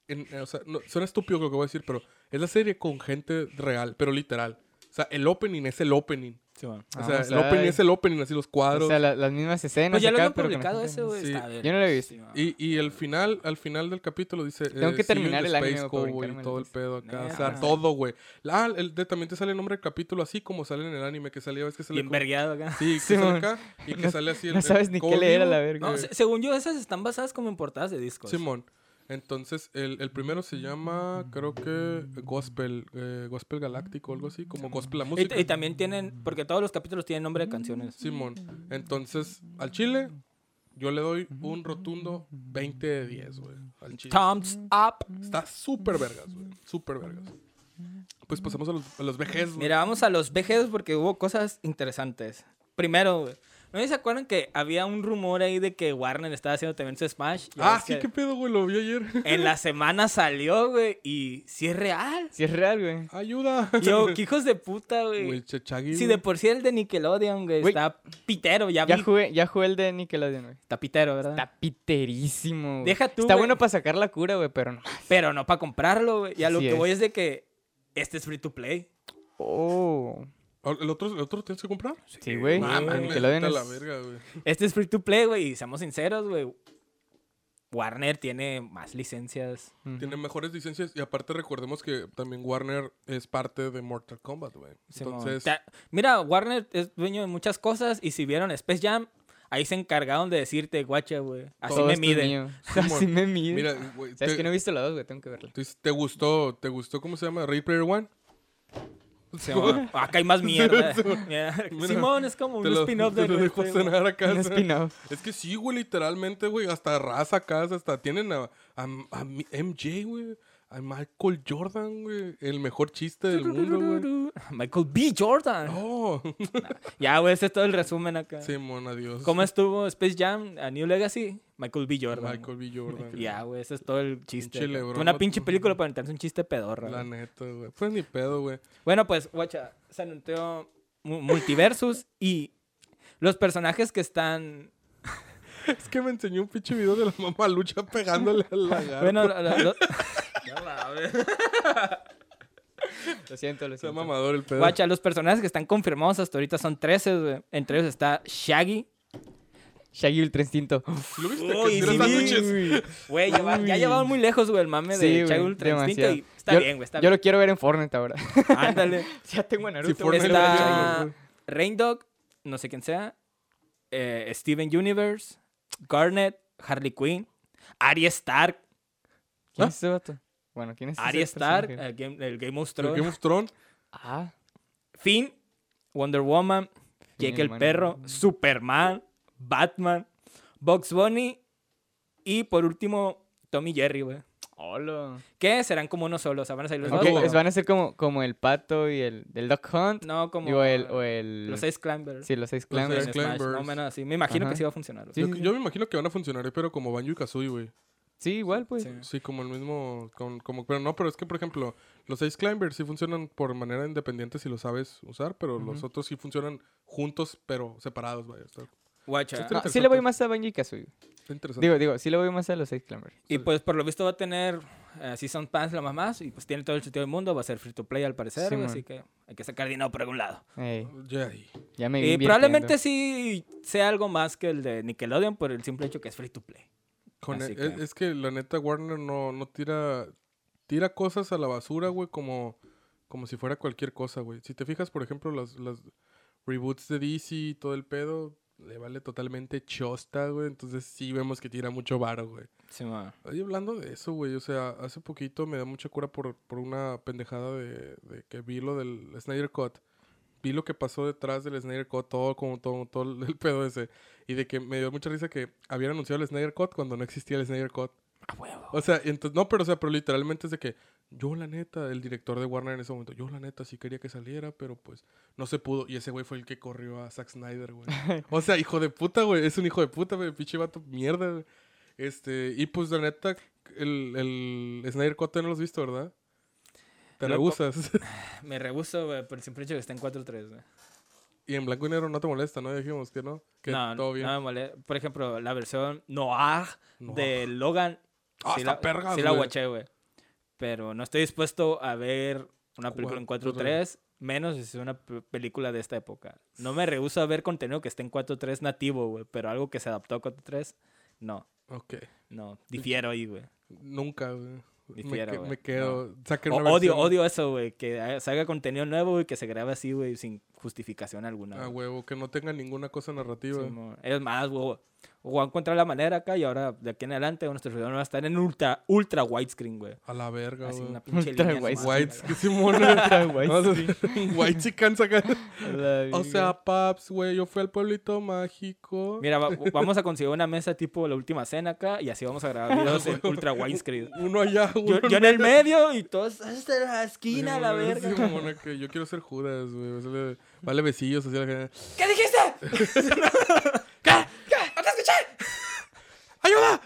B: en- eh, o sea, no, suena estúpido lo que voy a decir, pero es la serie con gente real, pero literal. O sea, el opening es el opening.
A: Ah,
B: O sea,
C: Vamos,
B: el opening
C: ay.
B: es el opening, así los cuadros.
C: O sea, la- las mismas escenas.
A: Pues ya lo
C: acá,
A: han
C: pero con
A: publicado
C: gente-
A: ese, güey.
B: Sí.
A: está bien.
C: Yo no lo he visto.
A: Sí, no.
B: Y, y el final, al final del capítulo dice... eh,
C: Tengo que
B: "See you in
C: terminar
B: the
C: el anime
B: Space
C: para brincarme
B: Cowboy y
C: la
B: todo el
C: lista.
B: pedo acá. O sea,
A: Neta.
B: todo, güey. Ah, el- de- también te sale el nombre del capítulo así como sale en el anime, que salía, ves que sale...
A: Bien
B: como-
A: vergueado acá.
B: Sí, que
C: Sí,
B: sale
C: mon.
B: acá y que
C: No-
B: sale así el...
C: no
B: el
C: sabes ni qué
B: Cowboy
C: leer a la
B: Vivo.
C: verga.
A: No,
B: Eh,
A: se- según yo, esas están basadas como en portadas de discos.
B: Simón. Entonces, el, el primero se llama, creo que, Gospel, eh, Gospel Galáctico, algo así, como Gospel la música.
A: Y, y también tienen, porque todos los capítulos tienen nombre
C: Mm.
A: de canciones.
B: Simón. Entonces, al chile, yo le doy un rotundo 20 de 10, güey. Al chile.
A: Thumbs up.
B: Está súper vergas, güey. Súper vergas. Pues pasamos a los, a los vejez, güey.
A: Mira, vamos a los VGs porque hubo cosas interesantes. Primero, güey, ¿no se acuerdan que había un rumor ahí de que Warner estaba haciendo también su Smash? Ya
B: Ah,
A: ves
B: sí,
A: que
B: qué pedo, güey. Lo vi ayer.
A: En la semana salió, güey, y sí es real.
C: Si es real, güey.
B: Ayuda.
A: Yo, qué hijos de puta,
B: Güey,
A: güey.
B: Chechagui.
A: Si de
B: güey.
A: por sí el de Nickelodeon, güey,
C: Güey.
A: está pitero, ya,
C: Ya
A: vi-
C: jugué, ya jugué el de Nickelodeon, güey.
A: Está pitero, ¿verdad?
C: Está piterísimo, güey.
A: Deja tú,
C: Está
A: güey.
C: bueno para sacar la cura, güey, pero no.
A: Pero no para comprarlo, güey. Y a lo
C: Así
A: que voy
C: es.
A: es de que este es free to play.
C: Oh.
B: ¿El otro, ¿El otro tienes que comprar?
C: Sí, güey.
A: mames,
C: el de
A: güey,
C: Nickelodeon
B: vete a la
C: es-
B: verga, güey.
A: Este es free to play, güey, y seamos sinceros, güey. Warner tiene más licencias.
C: Ujú.
B: Tiene mejores licencias. Y aparte, recordemos que también Warner es parte de Mortal Kombat, güey.
A: Simón.
B: Entonces,
A: Ta- Mira, Warner es dueño de muchas cosas y si vieron Space Jam, ahí se encargaron de decirte, guacha, güey. Así
B: Todo
A: me
C: esto es
A: miden.
C: mío.
B: Simón.
C: Así me miden.
B: Mira,
A: ah,
B: güey,
C: Sabes
B: te,
C: que no he visto la dos, güey, tengo que verla.
B: te- te gustó, te gustó, ¿cómo se llama? Ray Player One.
A: Se llama- acá hay más mierda. Mira,
B: Mira,
A: Simón es como
B: Te
A: un
B: lo,
A: spin-off
B: te
A: de
B: lo
A: Red
B: dejo
A: Player One.
B: cenar acá.
C: Un
B: ¿sabes?
C: spin-off.
B: Es que sí, güey, literalmente, güey. Hasta raza acá, hasta tienen a, a, a mi- MJ, güey. A Michael Jordan, güey. El mejor chiste del mundo, güey.
A: Michael B. Jordan.
B: Oh,
A: Ya, güey, ese es todo el resumen acá.
B: Simón, adiós.
A: ¿Cómo estuvo Space Jam a New Legacy? Michael B. Jordan.
B: Michael B. Jordan.
A: Ya, güey, ese es todo el chiste.
B: Pinche
A: acá.
B: Lebrón,
A: Una
B: vato.
A: pinche película para inventarse un chiste pedorra.
B: La
A: güey.
B: neta, güey. Pues ni pedo, güey.
A: Bueno, pues, guacha, se anunció mu- Multiversus y los personajes que están.
B: Es que me enseñó un pinche video de la mamá lucha pegándole al lagarto.
A: Bueno, lo- lo- lo-
C: Lo siento, lo
B: Está
C: siento.
B: mamador el pedo.
A: guacha, los personajes que están confirmados hasta ahorita son 13, güey. Entre ellos está Shaggy.
C: Shaggy Ultra Instinto.
B: ¿Lo viste?
A: Uy,
B: que tira
A: sí,
B: sándwiches.
C: Uy.
A: Güey, ya, va- ya llevaban muy lejos, güey, el mame
C: Sí,
A: de Shaggy
C: güey,
A: Ultra Instinto.
C: demasiado.
A: y está
C: Yo-
A: bien, güey, está
C: Yo
A: bien.
C: lo quiero ver en Fortnite ahora.
A: Ándale.
C: ya tengo a Naruto.
B: Si
C: güey,
B: Fortnite
C: lo voy a
B: hubiera
C: echar,
B: llegado.
A: Está Raindog, no sé quién sea, eh, Steven Universe, Garnet, Harley Quinn, Arya Stark,
C: güey. ¿Quién
B: ¿Ah?
C: es ese vato? Bueno, ¿quién es ese
A: Arya Stark,
C: personaje?
A: el Game, el Game of
B: Pero
A: Thrones,
B: Game of Thrones.
C: Ah.
A: Finn, Wonder Woman, Jake el
C: Finn,
A: Perro,
C: mano.
A: Superman, Batman, Box Bunny y por último Tommy Jerry, güey.
C: Hola.
A: Que serán como uno solo, o sea, van a salir los
B: Ok,
A: dos.
B: güey.
C: es- van a ser como, como el pato y el del Duck Hunt.
A: No, como
C: Digo, el, o el.
A: los seis Climbers.
C: Sí, los seis
B: Los
A: en
B: seis
C: Clambers.
A: Smash,
B: Climbers.
A: más o menos así. Me imagino
C: Ajá.
A: que sí va a funcionar. güey.
C: Sí,
B: yo,
C: sí,
B: yo me imagino que van a funcionar, eh, pero como Banjo y Kazooie, güey.
C: Sí, igual, pues.
A: Sí.
B: Sí, como el mismo. con- como, pero no, pero es que, por ejemplo, los Ice Climbers sí funcionan por manera independiente si lo sabes usar, pero los otros sí funcionan juntos, pero separados, vaya. Está,
A: Guacha.
B: Esto-
C: No, sí le voy más a Banjo y Kazooie.
B: está interesante.
C: Digo, digo, sí le voy más a los seis Clambers.
A: Y pues por lo visto va a tener eh, Season Pass la mamás y pues tiene todo el sentido del mundo, va a ser free to play al parecer,
C: Sí,
A: güey,
C: man.
A: así que hay que sacar dinero por algún lado.
C: Ey,
B: Ya ahí.
C: ya me vi
A: Y
C: invirtiendo.
A: Eh, probablemente sí sea algo más que el de Nickelodeon por el simple hecho que es free to play.
B: Con
A: Así
B: e- e-
A: que-
B: Es que la neta Warner no, no tira tira cosas a la basura, güey, como, como si fuera cualquier cosa, güey. Si te fijas, por ejemplo, las, las reboots de DC y todo el pedo, le vale totalmente chosta, güey. Entonces sí vemos que tira mucho varo, güey. Oye, hablando de eso, güey, o sea, hace poquito me da mucha cura por, por una pendejada de, de que vi lo del Snyder Cut. Vi lo que pasó detrás del Snyder Cut, todo como todo, todo el pedo ese. Y de que me dio mucha risa que habían anunciado el Snyder Cut cuando no existía el Snyder Cut.
A: A huevo.
B: O sea, y entonces, no, pero o sea, pero literalmente es de que yo la neta, el director de Warner en ese momento, yo la neta sí quería que saliera, pero pues no se pudo. Y ese güey fue el que corrió a Zack Snyder, güey. O sea, hijo de puta, güey. Es un hijo de puta, güey. Pinche vato, mierda, güey. Este, y pues la neta, el, el Snyder Cut no lo has visto, ¿verdad? Te
A: Loco.
B: rehusas.
A: Me rehuso, güey, por el simple hecho que está en 4-3, güey.
B: y en blanco y negro no te molesta, ¿no? Dijimos que no. Que
A: No,
B: todo bien.
A: no me molesta. Por ejemplo, la versión Noah
B: No.
A: de Logan.
B: Ah,
A: sí
B: está
A: la,
B: perga,
A: sí la
B: güey.
A: guaché, güey. Pero no estoy dispuesto a ver una película en
B: Cuatro,
A: 4.3, menos si es una p- película de esta época. No me rehúso a ver contenido que esté en 4.3 nativo, güey, pero algo que se adaptó a 4.3, no,
B: Ok.
A: no, difiero ahí, güey.
B: Nunca, güey. Me,
A: Difiero,
B: que-
A: güey.
B: me quedo. Saquen
A: O-
B: una
A: Odio,
B: versión-
A: odio eso, güey, que ha- salga contenido nuevo y que se grabe así, güey, sin justificación alguna.
B: A
A: güey.
B: huevo, que no tenga ninguna cosa narrativa.
A: Simón. es más, güey, voy a encontrar la manera acá y ahora de aquí en adelante nuestros videos van a estar en ultra, ultra widescreen, güey.
B: A la verga,
A: Así
B: güey.
A: una pinche
C: Ultra
A: línea nomás,
C: widescreen.
A: güey.
B: Whites, que Simona.
C: Ultra guay,
B: No, o
C: sí.
B: sea, White chican saca.
C: La
B: O
C: virga.
B: sea, paps, güey, yo fui al pueblito mágico.
A: Mira, va- vamos a conseguir una mesa tipo la última cena acá y así vamos a grabar videos en ultra widescreen.
B: Uno allá, uno
A: Yo, yo en el medio y todos hasta la esquina, a la
B: Simona,
A: verga.
B: Simona, que yo quiero ser Judas, güey. O sea, le- Vale besillos, así a la gente.
A: ¿Qué dijiste? ¿Qué? ¿Qué? ¡No te escuché!
B: ¡Ayuda!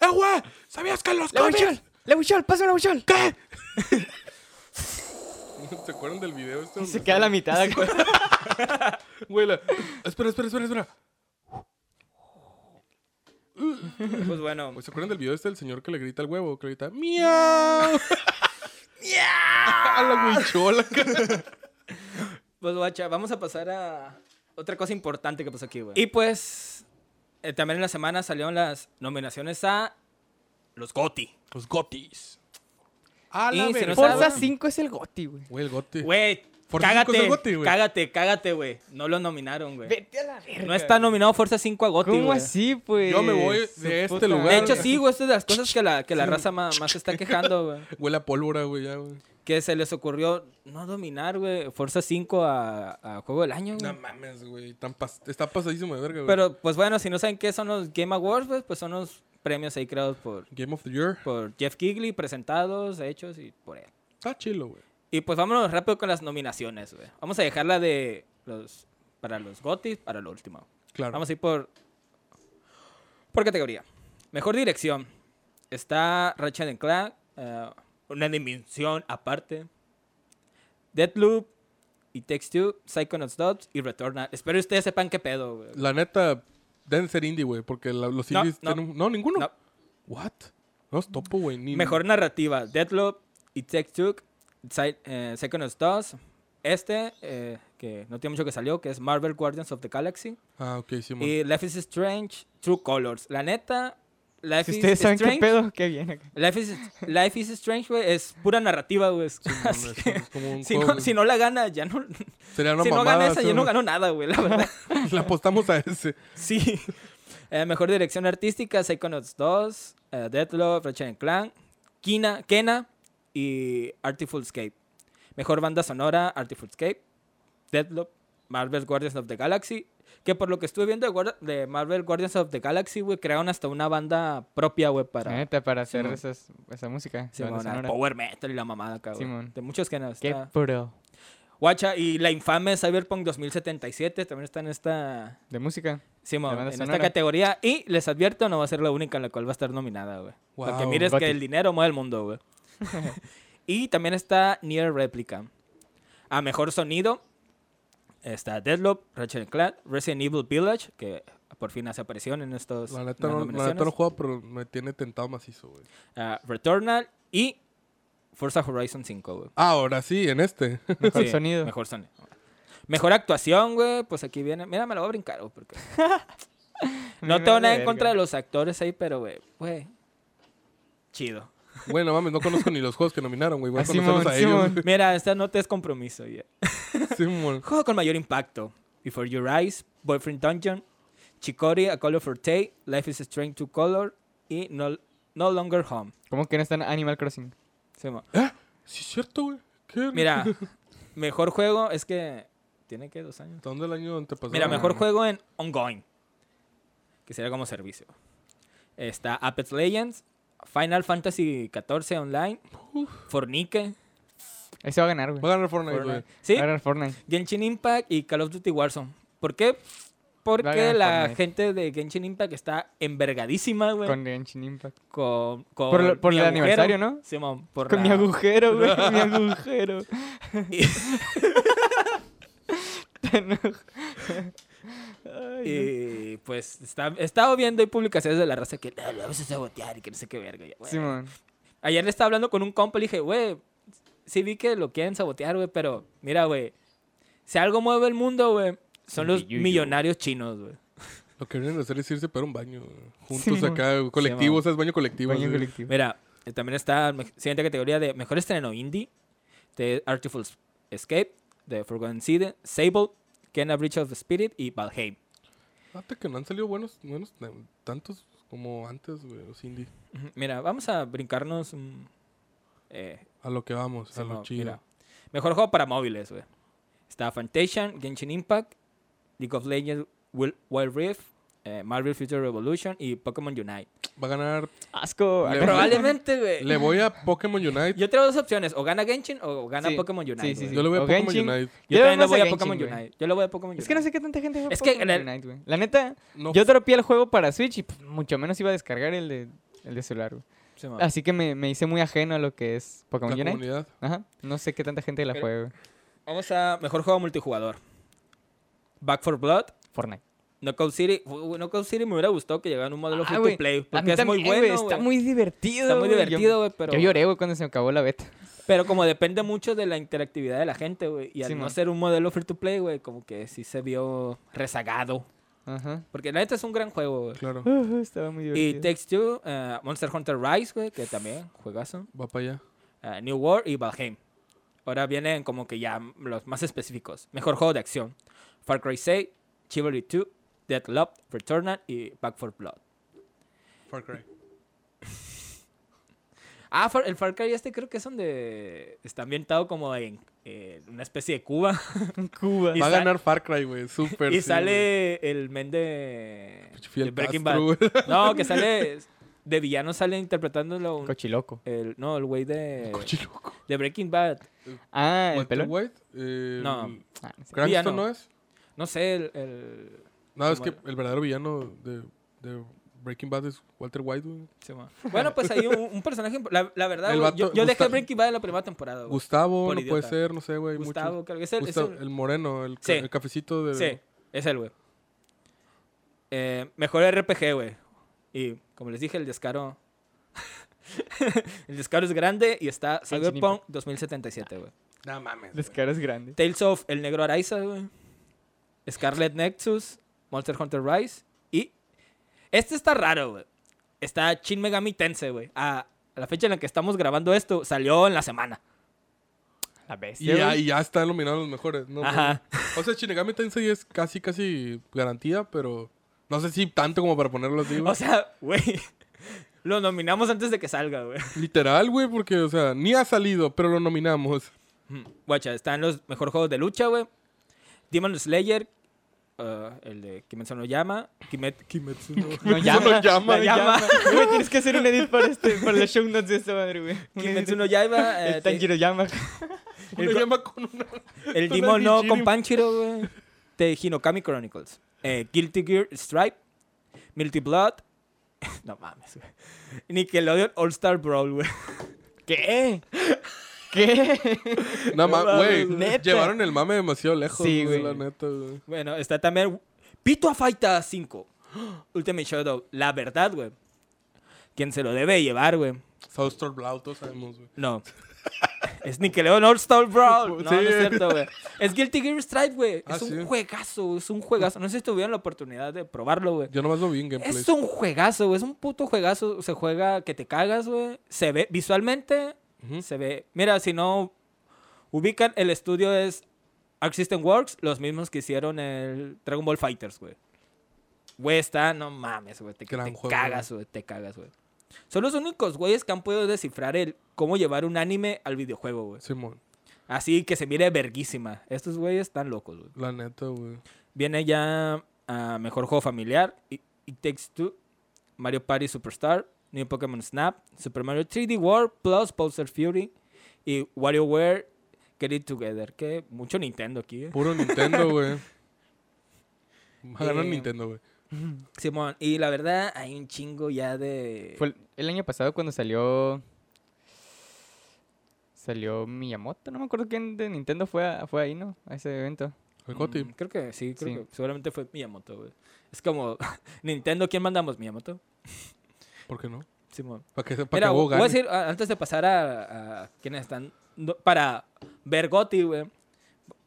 B: ¡Eh, güey! ¿Sabías que los cómics?
C: ¡La buchol! ¡Pásame la buchol! ¿Qué?
B: ¿Se acuerdan del video este? donde-
C: Se queda la mitad acá.
B: Güey, la- Espera, espera, espera, espera.
A: Pues bueno,
B: Güey, ¿Se acuerdan del video este del señor que le grita al huevo? Que le grita, ¡Miau! ¡Miau! la huichola,
A: pues guacha, vamos a pasar a otra cosa importante que pasó aquí, güey. Y pues, eh, también en la semana salieron las nominaciones a los GOTY.
B: Los gotis. A la
A: Y si
B: verga.
A: no
C: Forza
A: saben-
C: 5 es el goti, güey.
B: Güey, el goti.
A: Güey,
B: Fuerza cinco
A: Cágate,
B: es el GOTY, güey.
A: cágate, cágate, güey. No lo nominaron, güey.
C: Vete a la verga.
A: No está nominado Fuerza 5 a GOTY,
C: ¿Cómo
A: güey.
C: así, pues?
B: Yo me voy de
C: Su
B: este
C: puta
B: lugar.
A: De
C: madre.
A: hecho, sí, güey, esta es de las cosas que la, que la raza ma- más, se está quejando, güey.
B: Huele a pólvora, güey, ya, güey.
A: Que se les ocurrió no dominar, güey, Forza 5 a, a Juego del Año,
B: No
A: güey.
B: mames, güey. tan pas- Está pasadísimo de verga, güey.
A: Mm. Pero, pues bueno, si no saben qué son los Game Awards, pues, pues son los premios ahí creados por,
B: Game of the Year.
A: por Jeff Kigley, presentados, hechos y por él.
B: Está chilo, güey.
A: Y pues vámonos rápido con las nominaciones, güey. Vamos a dejarla de los para los GOTY para lo último.
B: Claro.
A: Vamos a ir por por categoría. Mejor dirección. Está Ratchet and Clank, eh, una dimensión aparte. Deadloop y Takes Two, Psychonauts 2 y Returnal. Espero ustedes sepan qué pedo, güey.
B: La neta, deben ser indie, güey, porque la- los
A: No,
B: indies
A: no.
B: tienen... un- No, ninguno.
A: No.
B: What? No es topo, güey.
C: Mm.
B: ni-
A: Mejor narrativa, Deadloop y Takes Two, Psy- eh, Psychonauts 2. Este, eh, que no tiene mucho que salió, que es Marvel Guardians of the Galaxy.
B: Ah, ok, sí, man.
A: Y Life is Strange, True Colors. La neta, Life
C: Si
A: is
C: ustedes saben
A: Strange.
C: qué pedo, qué bien. acá.
A: Life is, Life is Strange, güey, es pura narrativa, güey. Así
B: Es
A: que
B: como- es como un
A: si,
B: juego,
A: no,
B: güey.
A: si no la gana, ya no.
B: Sería una
A: si no
B: mamada,
A: gana esa,
B: sí,
A: ya no
B: güey.
A: ganó nada, güey, la verdad.
B: Le apostamos a ese.
A: Sí. Eh, mejor dirección artística: Psychonauts 2, eh, Deathloop, Ratchet and Clank, Kina, Kena y Artful Escape. Mejor banda sonora: Artful Escape, Deathloop, Marvel Guardians of the Galaxy. Que por lo que estuve viendo de, Guarda- de Marvel Guardians of the Galaxy, güey, crearon hasta una banda propia, güey, para.
C: Neta, para hacer
A: Simón.
C: esas, esa música.
A: Simón,
C: Eh, banda sonora.
A: power metal y la mamada, cabrón.
C: Simón.
A: De muchos que no
C: Qué
A: está.
C: pro.
A: Guacha, y la infame Cyberpunk 2077 también está en esta.
C: De música.
A: Simón,
C: La banda
A: en esta
C: sonora.
A: categoría. Y les advierto, no va a ser la única en la cual va a estar nominada, güey. Lo que
B: Wow,
A: mires
C: Goti.
A: que el dinero mueve el mundo, güey. y también está Near Replica. A mejor sonido está Deadloop, Ratchet and Clank, Resident Evil Village, que por fin se aparecieron en estos
B: La neta,
A: las
B: no, la neta
A: nominaciones.
B: no juego, pero me tiene tentado macizo, güey.
A: Ah, Returnal y Forza Horizon 5, güey.
B: Ah, Ahora sí, en este.
C: Mejor
A: Sí,
C: sonido.
A: Mejor sonido. Mejor actuación, güey. Pues aquí viene. Mira, me lo voy a brincar, güey. Porque...
C: Me
A: No tengo
C: vale
A: nada en
C: verga.
A: contra de los actores ahí, pero, güey. Güey. Chido.
B: Bueno, mames, no conozco ni los juegos que nominaron, güey. Voy a
C: Ah,
B: conocerlos
C: Simón,
B: a ellos.
C: Simón.
A: Mira, esta nota es compromiso. ya.
B: güey. Simón.
A: Juego con mayor impacto. Before Your Eyes, Boyfriend Dungeon, Chicori, A Color for Tay, Life is Strange to Color y No, no Longer Home.
C: ¿Cómo que no están Animal Crossing?
A: Sí, mo-
B: Sí, es cierto, güey. ¿Qué?
A: Mira, mejor juego es que... ¿Tiene que dos años?
B: ¿Hasta dónde el año antepasado? Ah.
A: Mira,
C: no,
A: mejor
C: no.
A: juego en ongoing, que sería como servicio. Está Apex Legends, Final Fantasy XIV Online, Fornike,
C: Ese va a ganar, güey.
B: Va a ganar Fortnite,
C: Fortnite.
B: güey.
A: ¿sí?
C: Va a ganar Fortnite.
A: Genshin Impact y Call of Duty Warzone. ¿Por qué? Porque
C: ganar
A: la
C: Fortnite.
A: gente de Genshin Impact está envergadísima, güey.
C: eh. Con Genshin Impact.
A: Con, con
C: Por lo- por
A: mi
C: el
A: agujero.
C: aniversario, ¿no?
A: Simón, por
C: Con mi
A: la-
C: agujero, güey. mi agujero.
A: Y-
C: Te enojo. Ay,
A: Y pues está, he estado viendo hay publicaciones de la raza que "Ah, lo vamos a sabotear y que no sé qué verga. ya,
C: no.
A: güey.
C: Simón.
A: Ayer le estaba hablando con un compa y le dije, güey, sí vi que lo quieren sabotear, güey, pero mira, güey, si algo mueve el mundo, güey, son los
C: Yuyu.
A: millonarios chinos, güey.
B: Lo que vienen a hacer es irse para un baño. güey. Juntos
C: Simón.
B: acá, güey, colectivo, o sea, es baño colectivo.
C: Baño
B: güey.
C: colectivo.
A: Mira, eh, también está la me- siguiente categoría de mejor estreno indie, de Artful Escape, de Forgotten City, Sable, Kena Breach of Spirit y Valheim.
B: Fíjate que no han salido buenos, buenos eh, tantos como antes, güey, los indie.
A: Ujú, Mira, vamos a brincarnos mm, eh,
B: A lo que vamos, a
A: Simón,
B: lo chido.
A: mira. Mejor juego para móviles, güey. Está Fantasian, Genshin Impact, League of Legends, Wil- Wild Rift, eh, Marvel Future Revolution y Pokémon Unite.
B: Va a ganar.
C: Asco.
B: Le-
C: acá.
A: Probablemente, güey.
B: Le voy a Pokémon Unite.
A: Yo tengo dos opciones, o gana Genshin o gana
C: Sí,
A: Pokémon Unite.
C: sí, sí,
A: güey.
C: sí.
B: Yo le voy a
C: O
B: Pokémon
C: Genshin.
A: Yo
B: Unite.
C: le voy
A: también le
C: más
A: voy a
C: Genshin,
A: Pokémon
C: güey.
A: Unite. Yo le voy a Pokémon Unite.
C: Es que no sé qué tanta gente juega
A: Es que
C: Pokémon
A: en el-
C: Unite, güey. La neta,
B: No,
C: yo dropeé el juego para Switch y pues, mucho menos iba a descargar el de, el de celular, güey.
A: Sí, mo.
C: Así que me, me hice muy ajeno a lo que es
B: la
C: Pokémon Unite.
B: comunidad.
C: Ajá. No sé qué tanta gente la
A: Pero-
C: juega, güey.
A: Vamos a mejor juego multijugador. Back for Blood,
C: Fortnite.
A: Knockout City. Uy, Knockout City me hubiera gustado que llegara en un modelo
C: Ah,
A: free
C: güey.
A: to play.
C: A mí
A: Porque es muy
C: también, güey,
A: bueno.
C: Está
A: güey.
C: muy divertido.
A: Está muy
C: güey. Yo-
A: divertido, güey, pero.
C: Yo lloré, güey, cuando se me acabó la beta.
A: Pero como depende mucho de la interactividad de la gente, güey. Y al
C: Sí,
A: no
C: man.
A: ser un modelo free to play, güey, como que sí se vio rezagado.
C: Ajá.
A: Porque la neta es un gran juego, güey.
B: Claro.
C: Ujú, estaba muy
A: Y
C: divertido.
A: Takes Two, eh, Monster Hunter Rise, güey, que también juegazo.
B: Va para allá.
A: eh, New World y Valheim. Ahora vienen como que ya los más específicos. Mejor juego de acción. Far Cry 6, Chivalry 2, Dead Love, Returnal y Back 4 Blood.
B: Far Cry.
A: Ah, Far- el Far Cry este creo que es donde está ambientado como en eh, una especie de Cuba.
C: Cuba.
A: Y
B: Va a
A: sal-
B: ganar Far Cry, güey.
A: y
B: Súper. sí, güey. Pues
A: sale el men de,
B: Pinche
A: de
B: Fidel
A: Breaking
B: Castro,
A: Bad.
B: güey.
A: No, que sale de villano, sale interpretándolo. un-
C: Cochiloco.
A: el, no, el güey de,
B: Cochiloco.
A: de Breaking Bad.
C: Ah, Eh, el
B: Walter
C: pelón.
B: White. Eh,
A: No.
C: Ah, no sé.
B: Cranston
A: Villano.
B: no es.
A: No sé, el. el-
B: No, es que
A: Como
B: el verdadero villano de, de Breaking Bad es Walter White, güey.
A: se llama- bueno, pues ahí un, un personaje. imp- La, la verdad,
B: El
A: güey, yo,
B: vato-
A: yo dejé
B: Gusta-
A: Breaking Bad en la primera temporada. güey.
B: Gustavo,
A: Por
B: no puede
A: idiota.
B: ser, no sé, güey. mucho.
A: Gustavo, creo que es el. es
B: Gustavo,
A: el-
B: el moreno, el, ca-
A: Sí.
B: el cafecito de.
A: Sí, es el, güey. Eh, mejor RPG, güey. Y como les dije, el descaro. el descaro es grande y está
C: Genshin
A: Cyberpunk 2077, güey.
B: No mames. güey.
C: Descaro es grande.
A: Tales of El Negro Araiza, güey. Scarlet Nexus, Monster Hunter Rise y... Este está raro, güey. Está Shin Megami Tensei, güey. A a la fecha en la que estamos grabando esto, salió en la semana.
C: La
B: Y
C: bestia.
B: ya,
C: güey.
B: y ya está nominado a los mejores. No,
A: Ajá.
B: mames. O sea, Shinigami Tensei es casi, casi garantía, pero no sé si tanto como para ponerlo así, güey.
A: O sea, güey. Lo nominamos antes de que salga, güey.
B: Literal, güey, porque, o sea, ni ha salido, pero lo nominamos.
A: Mm, Guacha, están los mejor juegos de lucha, güey. Demon Slayer, ah, el de Kimetsu no Yama, Kimet-
B: Kimetsu no,
C: No llama.
B: no llama.
A: La llama.
C: Güey, tienes que hacer un edit para este, para los show notes de esta madre, güey. Un
A: Kimetsu
C: edit.
A: no Yaiba, eh,
C: El Tanjiro llama.
B: Uno llama con una...
A: El
B: Con
A: Demon
B: el
A: no
B: Nichiren.
A: con Panchiro, güey. De Hinokami Chronicles. Eh, Guilty Gear Stripe. Milty Blood. No mames, güey. Nickelodeon All Star Brawl, güey.
C: ¿Qué? ¿Qué?
B: No
A: mames,
B: mames, güey.
C: neta.
B: Llevaron el mame demasiado lejos,
C: Sí,
B: sí, güey.
C: güey.
B: La neta, güey.
A: Bueno, está también Pito a Faita 5. Ultimate Showdown. La verdad, güey. Quien se lo debe llevar, güey.
B: South Star Blau, todos sabemos, güey.
A: No. Es Nickelodeon All Star Brawl. No,
B: Sí.
A: no es cierto, güey. Es Guilty Gear Stripe, güey.
B: Ah,
A: Es un
B: sí.
A: juegazo, es un juegazo. No sé si tuvieron la oportunidad de probarlo, güey.
B: Yo nomás lo vi en gameplay.
A: Es un juegazo, güey. Es un puto juegazo. Se juega que te cagas, güey. Se ve visualmente.
B: Ujú.
A: Se ve. Mira, si no ubican, el estudio es Arc System Works, los mismos que hicieron el Dragon Ball Fighters, güey. Güey, está, no mames, güey. Te,
B: Gran
A: te
B: juego,
A: cagas, güey. Te cagas, güey. Son los únicos güeyes que han podido descifrar el cómo llevar un anime al videojuego, güey.
B: Simón,
A: Así que se mire verguísima. Estos güeyes están locos, güey.
B: la neta, güey.
A: Viene ya a mejor juego familiar. It, It Takes Two, Mario Party Superstar, New Pokémon Snap, Super Mario 3D World plus Bowser Fury y WarioWare Get It Together. Que mucho Nintendo aquí. eh.
B: Puro Nintendo, güey. Va a ganar
A: Eh,
B: Nintendo, güey.
A: Simón, y la verdad hay un chingo ya de...
C: Fue el, el año pasado cuando salió. Salió Miyamoto, no me acuerdo quién de Nintendo fue, a- fue ahí, ¿no? A ese evento.
B: El
A: Mm,
B: Coti.
A: creo que sí, creo
C: Sí.
A: que seguramente fue Miyamoto, güey. Es como, Nintendo, ¿quién mandamos? Miyamoto.
B: ¿Por qué no?
A: Simón.
B: Para que, para
A: Mira,
B: que
A: vo-
B: vos
A: voy a
B: ganes.
A: decir, a- antes de pasar a, a quienes están, no- para Bergotti, güey,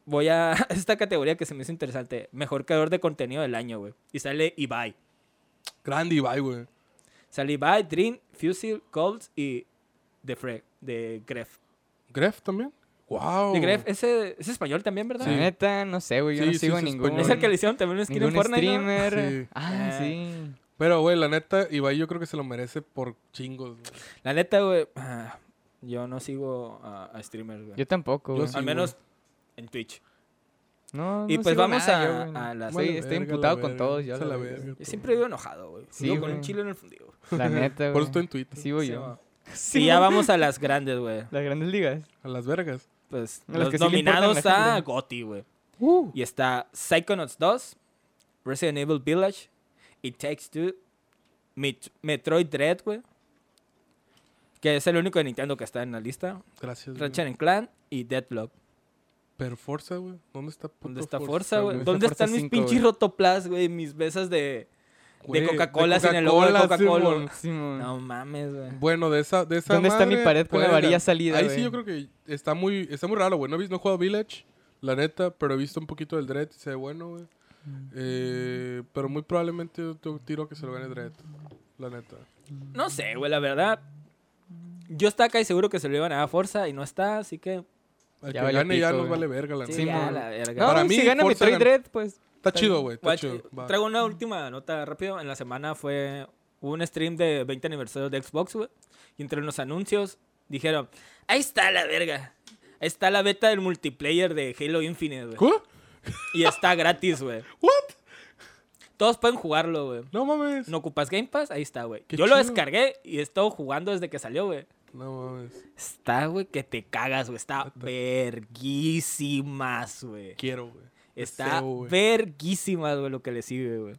A: voy a esta categoría que se me hizo interesante, mejor creador de contenido del año, güey. Y sale Ibai.
B: Grande Ibai, güey.
A: Sale Ibai, Dream, Fusil, Colts y The Fre de Gref.
B: Gref también.
C: Oh.
B: Wow.
A: De Gref, ese es español también, ¿verdad?
B: Sí.
C: La neta, no sé, güey. Yo
B: Sí,
C: no
B: sí,
C: sigo
B: es
C: ningún.
B: español.
A: Es el que le hicieron también un skin en
C: ningún
A: Fortnite, ¿no?
C: streamer.
B: Sí.
C: Ah,
A: Ah.
C: sí.
B: Pero, güey, la neta, Ibai yo creo que se lo merece por chingos. güey.
A: La neta, güey, ah, yo no sigo a, a streamers, güey.
C: Yo tampoco,
B: Yo
C: güey.
B: sí.
A: Al
B: güey.
A: menos en Twitch.
C: No,
A: Y
C: no
A: pues
C: sigo
A: vamos
C: nada,
A: a-
C: yo, güey.
A: a las-
C: Güey,
B: Vale,
C: estoy
B: verga, la
C: imputado con
B: verga.
C: todos. ya
B: Se
C: la
B: la
C: verga.
B: verga,
A: Yo
B: todo.
A: siempre vivo enojado, güey.
C: Sí,
A: Vivo con
C: güey.
A: un chile en el fundido.
C: La neta, güey.
B: Por eso estoy en Twitter.
C: Sigo
A: Sí,
C: yo.
A: güey. Y ya vamos a las grandes, güey.
C: Las grandes ligas.
B: A las vergas.
A: Pues
C: A las
A: los
C: que sí le importan Uh. a la
A: nominados a
C: gente.
A: GOTY, güey. Y está Psychonauts 2, Resident Evil Village, It Takes Two, Met- Metroid Dread, güey. Que es el único de Nintendo que está en la lista.
B: Gracias, güey.
A: Ratchet and Clan y Deadlock.
B: Pero Forza, güey. ¿Dónde está puto
A: ¿Dónde está Forza, güey?
C: güey?
A: ¿Dónde
C: Está
A: están
C: Forza
A: mis
C: 5,
A: pinches
C: güey.
A: Rotoplas, güey? Mis besas de,
B: Güey,
A: de Coca-Cola sin el logo de
B: Coca-Cola,
A: Coca-Cola.
B: Simón.
C: Simón.
A: No mames, güey.
B: Bueno, de esa, de esa
C: ¿Dónde está mi
B: madre
C: pared con la
B: puede
C: varilla
B: ganar.
C: salida,
B: Ahí
C: güey?
B: sí yo creo que está muy, está muy raro, güey. No he, visto, no he jugado Village, la neta, pero he visto un poquito del Dread y se ve bueno, güey.
C: Mm.
B: Eh, pero muy probablemente yo te- tiro que se lo gane Dread, la neta.
A: No sé, güey, la verdad. Yo estaba casi seguro que se lo iban a dar a Forza y no está, así que
B: Al
C: Ya
B: que
C: vale
B: gane ya
C: pito,
B: nos
C: güey.
B: vale verga la
A: Sí,
B: neta.
A: ya,
C: Simón.
A: la verga.
C: Pues No,
B: Para
C: y
B: mí,
C: si gana
B: Forza
C: Metroid
B: ganó.
C: Dread, pues.
B: Está chido, güey. Está
A: Guach-
B: chido. Va.
A: eh, Traigo una última nota rápido. En la semana fue hubo un stream de 20 aniversario de Xbox, güey. Y entre los anuncios dijeron, ahí está la verga. Ahí está la beta del multiplayer de Halo Infinite, güey.
B: ¿Cu-
A: Y está gratis, güey.
B: ¿What?
A: Todos pueden jugarlo, güey.
B: No mames.
A: No ocupas Game Pass, ahí está, güey.
B: Qué
A: Yo lo
B: chido.
A: descargué y he estado jugando desde que salió, güey.
B: No mames.
A: Está, güey, que te cagas, güey. Está verguísimas, güey.
B: Quiero, güey.
A: Está
B: Deseo, güey.
A: verguísimas, güey, lo que le sigue, güey.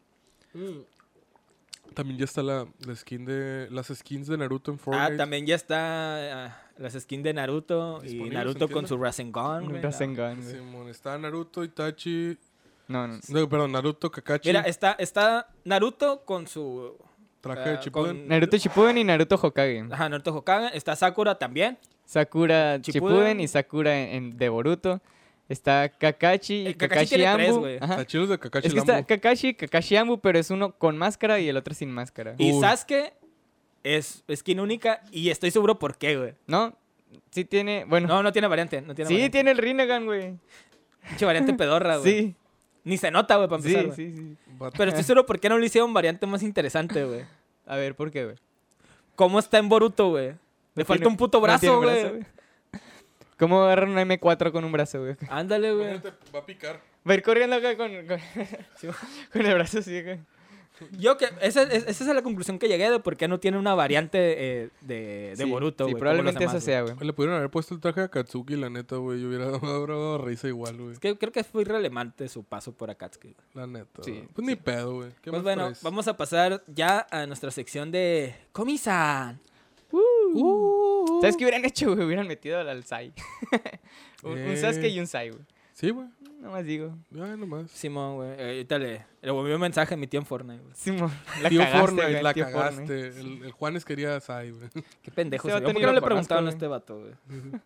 B: También ya está la, la skin de. Las skins de Naruto en Fortnite.
A: Ah, también ya está ah, las skins de Naruto y
B: Disponibles,
A: Naruto con
B: entiendo.
A: su Rasengan. güey.
C: Un Rasengan, güey.
B: Simón, está Naruto, Itachi.
C: No, no.
B: No, perdón, Naruto, Kakashi.
A: Mira, está, está Naruto con su...
B: traje de
A: ah,
B: Shippuden.
A: con-
C: Naruto Shippuden y Naruto Hokage.
A: Ajá, Naruto Hokage. Está Sakura también.
C: Sakura
A: Shippuden.
C: Shippuden, y Sakura en, en- de Boruto. Está Kakashi,
A: Eh,
C: y
A: Kakashi
C: Kakashi
A: tiene tres,
C: Ambu.
A: güey.
C: Ajá.
B: Está chido los de Kakashi
C: Es que
B: Lambo.
C: está Kakashi, Kakashi Ambu, pero es uno con máscara y el otro sin máscara.
A: Y
B: Uy.
A: Sasuke es skin única y estoy seguro por qué, güey.
C: ¿No? Sí tiene, bueno,
A: No, no tiene variante. No tiene
C: sí
A: variante.
C: tiene el Rinnegan, güey.
A: Pinche variante pedorra, güey.
C: Sí,
A: Ni se nota, güey, para
C: sí,
A: empezar, güey.
C: sí, sí.
B: But-
A: Pero estoy seguro por qué no le hicieron variante más interesante, güey.
C: A ver, ¿por qué, güey?
A: ¿Cómo está en Boruto, güey? Le
C: No
A: falta
C: tiene-
A: un puto
C: no tiene
A: brazo, güey.
C: ¿Cómo agarran una M4 con un brazo, güey?
A: Ándale, güey.
B: Imagínate, Va a picar.
C: Va a ir corriendo acá con, con,
A: Sí, güey.
C: con el brazo así, güey.
A: Yo que esa, es- esa es la conclusión que llegué de por qué no tiene una variante eh, de, de
C: Sí,
A: Boruto,
C: Sí,
A: güey. como los
C: probablemente
A: demás,
C: eso
A: güey.
C: sea, güey.
B: Le pudieron haber puesto el traje a Katsuki, la neta, güey. Yo hubiera dado dado risa igual, güey.
A: Es que creo que fue irrelevante su paso por Akatsuki. güey.
B: La neta.
C: Sí,
B: güey. Pues ni pedo, güey. ¿Qué
A: Pues
B: más
A: bueno,
B: traes?
A: vamos a pasar ya a nuestra sección de Comisan.
C: Uh, ¿Sabes qué hubieran hecho, güey? Hubieran metido al Sai. un, un Sasuke y un Sai, güey.
B: Sí, güey.
C: Nomás digo.
B: Ya nomás.
A: Simón, güey. eh, Ahorita le, le volvió un mensaje a mi tío en Fortnite, güey.
C: Simón, la
B: tío
C: cagaste,
B: Fortnite,
C: güey,
B: la
C: tío Fortnite.
B: cagaste. El, el Juanes quería a Sai, güey.
A: Qué pendejo.
C: Ese
A: se vio.
C: vato
A: ¿Por
C: ni
A: qué no
C: lo
A: le
C: conozco,
A: preguntaron a
C: güey.
A: este vato, güey?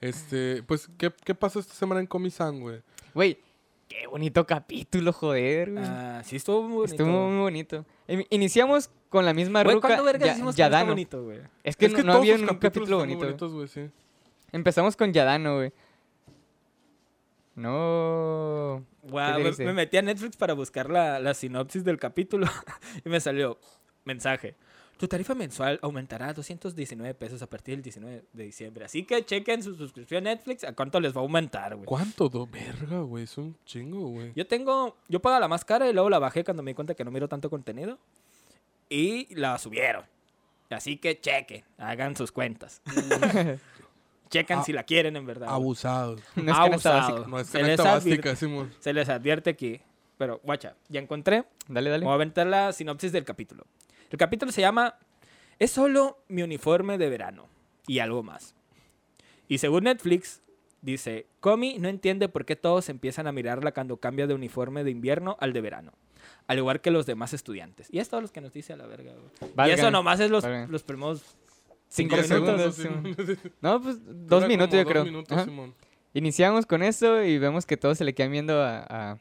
B: Este, pues, ¿qué, ¿qué pasó esta semana en Comisan, güey?
C: Güey, qué bonito capítulo, joder, güey.
A: Ah, sí, estuvo muy bonito.
C: Mm. Estuvo
A: güey.
C: muy bonito. Em- Iniciamos con la misma
A: Güey,
C: ruca.
A: ¿cuándo verga
C: Ya-
A: hicimos que no está
C: Yadano.
A: bonito, güey?
C: Es que, no- no
B: todos
C: había
B: sus
C: un
B: capítulos
C: capítulo
B: están muy
C: bonito. güey.
B: bonitos, güey, sí.
C: Empezamos con Yadano, güey. No.
A: Guau,
C: ¿Qué
A: me,
C: dice?
A: me metí a Netflix para buscar la, la sinopsis del capítulo y me salió mensaje. Tu tarifa mensual aumentará a 219 pesos a partir del 19 de diciembre. Así que chequen su suscripción a Netflix a cuánto les va a aumentar, güey.
B: ¿Cuánto? Do? Verga, güey. Es un chingo, güey.
A: Yo tengo, yo pagaba la más cara y luego la bajé cuando me di cuenta que no miro tanto contenido y la subieron. Así que chequen, hagan sus cuentas. chequen
C: Ah,
B: A-
A: si la quieren en verdad. güey.
B: Abusado.
C: No es canasta
A: Abusado.
C: básica.
B: No es
A: Se les
B: canasta
A: advierte.
B: básica, Simón.
A: Se les advierte aquí. Pero, guacha, ya encontré.
C: Dale,
A: Voy a
C: dale.
A: aventar la sinopsis del capítulo. El capítulo se llama Es solo mi uniforme de verano y algo más. Y según Netflix, dice, Comi no entiende por qué todos empiezan a mirarla cuando cambia de uniforme de invierno al de verano, al igual que los demás estudiantes. Y es todo lo que nos dice a la verga. güey. y
C: Válgame,
A: eso nomás es los,
C: válgame.
A: los primeros...
C: Cinco
B: Diez
C: segundos.
B: Simón.
C: Simón.
B: Dura
C: No, pues dos
B: como
C: minutos, yo creo.
B: Dos minutos,
C: Ajá.
B: Simón.
C: Iniciamos con eso y vemos que todos se le quedan viendo a, a,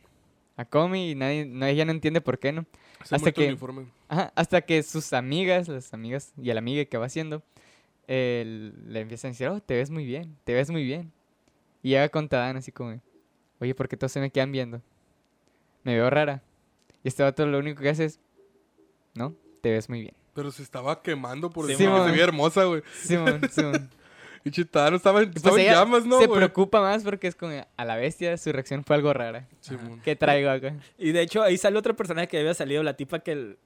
C: a Comi y nadie, no, ella no entiende por qué, ¿no?
B: Se
C: Hasta
B: muerto el
C: que-
B: uniforme.
C: Ajá, hasta que sus amigas, las amigas y el amiga que va haciendo, eh, le empiezan a decir, oh, te ves muy bien, te ves muy bien. Y llega con Tadán así como, oye, ¿por qué todos se me quedan viendo? Me veo rara. Y este vato lo único que hace es, no, te ves muy bien.
B: Pero se estaba quemando por decir
C: Simón.
B: que se veía hermosa, güey.
C: Simón, Simón.
B: Y Chitaro estaba, en-
C: Y
B: estaba en
C: Pues ella
B: llamas, ¿no,
C: se
B: güey?
C: preocupa más porque es como, a la bestia, su reacción fue algo rara.
B: Simón.
C: ¿Qué traigo acá?
A: Y de hecho ahí sale otro personaje que había salido, la tipa que el-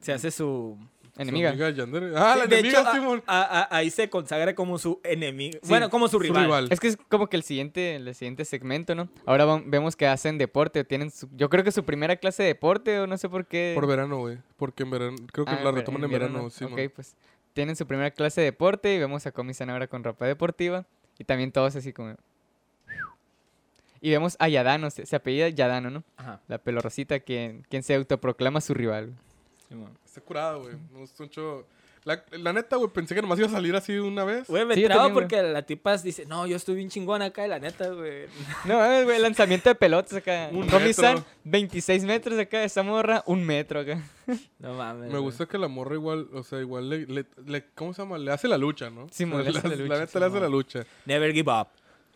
A: se hace su...
C: Enemiga.
B: Su amiga Yandere. Ah, la
A: de
B: enemiga,
A: hecho, a-
B: Simón.
A: a- a- ahí se consagra como su enemigo.
C: Sí,
A: bueno, como su
B: su
A: rival.
B: rival.
C: Es que es como que el siguiente, el siguiente segmento, ¿no? Ahora vam- vemos que hacen deporte, o tienen su- yo creo que su primera clase de deporte, o no sé por qué.
B: Por verano, güey. Porque en verano, creo que
C: Ah,
B: la
C: ver-
B: retoman en verano, Simón.
C: Ok, pues tienen su primera clase de deporte y vemos a Comi-san ahora con ropa deportiva y también todos así como... Y vemos a Yadano, se, se apellida Yadano, ¿no?
A: Ajá.
C: La pelorrosita quien, quien se autoproclama su rival.
A: Simón.
B: Está curado, güey. Me gustó mucho. La, la neta, güey, pensé que nomás iba a salir así una vez.
A: Güey, me
C: Sí, yo
A: traba
C: también, güey.
A: porque la tipa dice, no, yo estoy bien chingón acá, y la neta, güey.
C: No, mames, güey, lanzamiento de pelotas acá.
B: Un
C: Comi-san,
B: metro.
C: 26 metros acá, esa morra, un metro acá.
A: No mames.
B: Me
A: güey.
B: gusta que la morra igual, o sea, igual le, le, le- ¿cómo se llama? Le hace la lucha, ¿no?
C: Simón,
B: O sea,
C: le hace la lucha,
B: La neta le hace la lucha.
A: Never give up.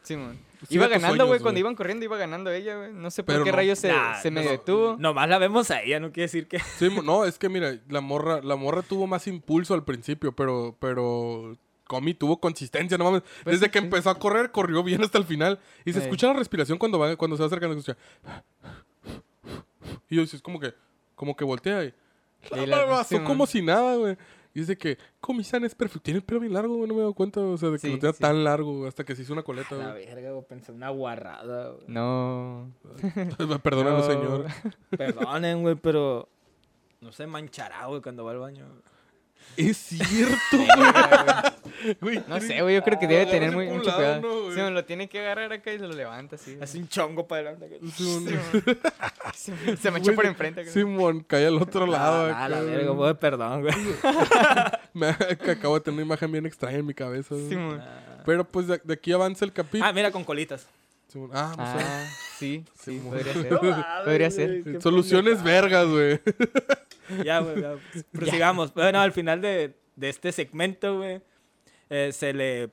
C: Simón.
B: Sigue
C: Iba
B: tus
C: ganando,
B: sueños,
C: güey. Cuando
B: güey.
C: iban corriendo, iba ganando ella, güey. No sé por
B: Pero
C: qué
B: no-
C: rayos se,
A: Nah,
C: se me
B: pero-
C: detuvo.
A: Nomás la vemos a ella, no quiere decir que.
B: Sí, mo- no, es que mira, la morra, la morra tuvo más impulso al principio, pero, pero Comi tuvo consistencia, no mames.
C: Pues
B: Desde
C: sí,
B: que
C: sí.
B: empezó a correr, corrió bien hasta el final. Y se
C: Ey.
B: escucha la respiración cuando va, cuando se va acercando, se escucha. Y yo es como que, como que voltea y.
C: Y
B: "Ah,
C: la-
B: pasó
C: sí, man.
B: como si nada, güey. Y dice que, Comi-san es perfecto. Tiene el pelo bien largo, güey. No me he dado cuenta, o sea, de que
C: Sí,
B: lo tenía
C: sí.
B: tan largo, güey, hasta que se hizo una coleta,
A: La
B: güey.
A: verga, güey, pensé una guarrada, güey.
C: No.
B: Perdónalo,
C: No.
B: señor.
A: Perdonen, güey, pero. No se manchará, güey, cuando va al baño. güey.
B: Es cierto, güey. güey.
C: No
B: tiene-
C: sé, güey. Yo creo que
B: Ah,
C: debe
B: agárrese
C: tener muy,
B: por un
C: mucho
B: lado,
C: cuidado.
B: ¿no, güey?
C: Sí, man, lo tiene que agarrar acá y se lo levanta así. güey.
A: Hace un chongo para adelante. que-
B: Sí, un-
C: Sí, man. se me echó
B: Güey,
C: por enfrente. acá.
B: Simón, cae al otro lado.
A: Ah, la
B: acá,
A: verga,
B: güey.
A: güey, perdón, güey.
B: Me- que acabo de tener una imagen bien extraña en mi cabeza. güey.
C: Sí, man.
A: Ah,
B: Pero pues de, de aquí avanza el capítulo.
A: Ah, mira, con colitas.
B: Simón, Ah, no sé.
C: Ah, sí, sí,
B: Simón.
C: podría ser. Podría ser.
A: Qué
B: Soluciones vergas, güey.
A: Ya, güey, ya. Prosigamos. Bueno, al final de, de este segmento, güey, eh, se, le,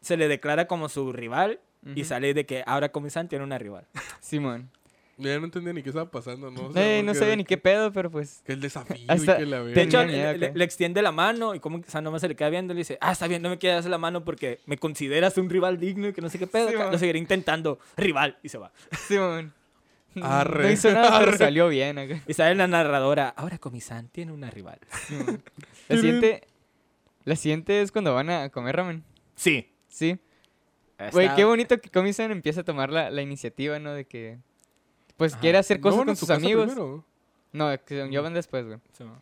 A: se le declara como su rival y
C: Ujú.
A: sale de que "Ah, ahora Comisan tiene una rival.
C: Simón.
B: Ya no entendía ni qué estaba pasando, ¿no? O sea,
C: Eh, no
B: porque-
C: sabía ni qué pedo, pero pues.
B: Que el desafío
C: Hasta-
B: y que la verga.
A: De hecho,
C: Tenía miedo
A: le, le-
C: acá.
A: le extiende la mano y como que nomás se le queda viendo y le dice, ah, está bien, no me quieras la mano porque me consideras un rival digno y que no sé qué pedo.
C: Sí,
A: acá.
C: man.
A: Lo seguiré intentando, rival, y se va.
C: Simón.
B: Arre,
C: No hizo nada, pero
B: arre.
C: salió bien acá.
A: Y sale la narradora, ahora Comisan tiene una rival.
C: Simón. La siguiente. La siguiente es cuando van a comer ramen.
A: Sí.
C: Sí. Güey,
A: Está-
C: qué bonito que Comisan empieza a tomar la, la iniciativa, ¿no? De que. Pues quiere hacer cosas
B: No,
C: con
B: en su
C: sus
B: casa
C: amigos.
B: primero.
C: No, que según yo van después, güey.
A: Sí, man.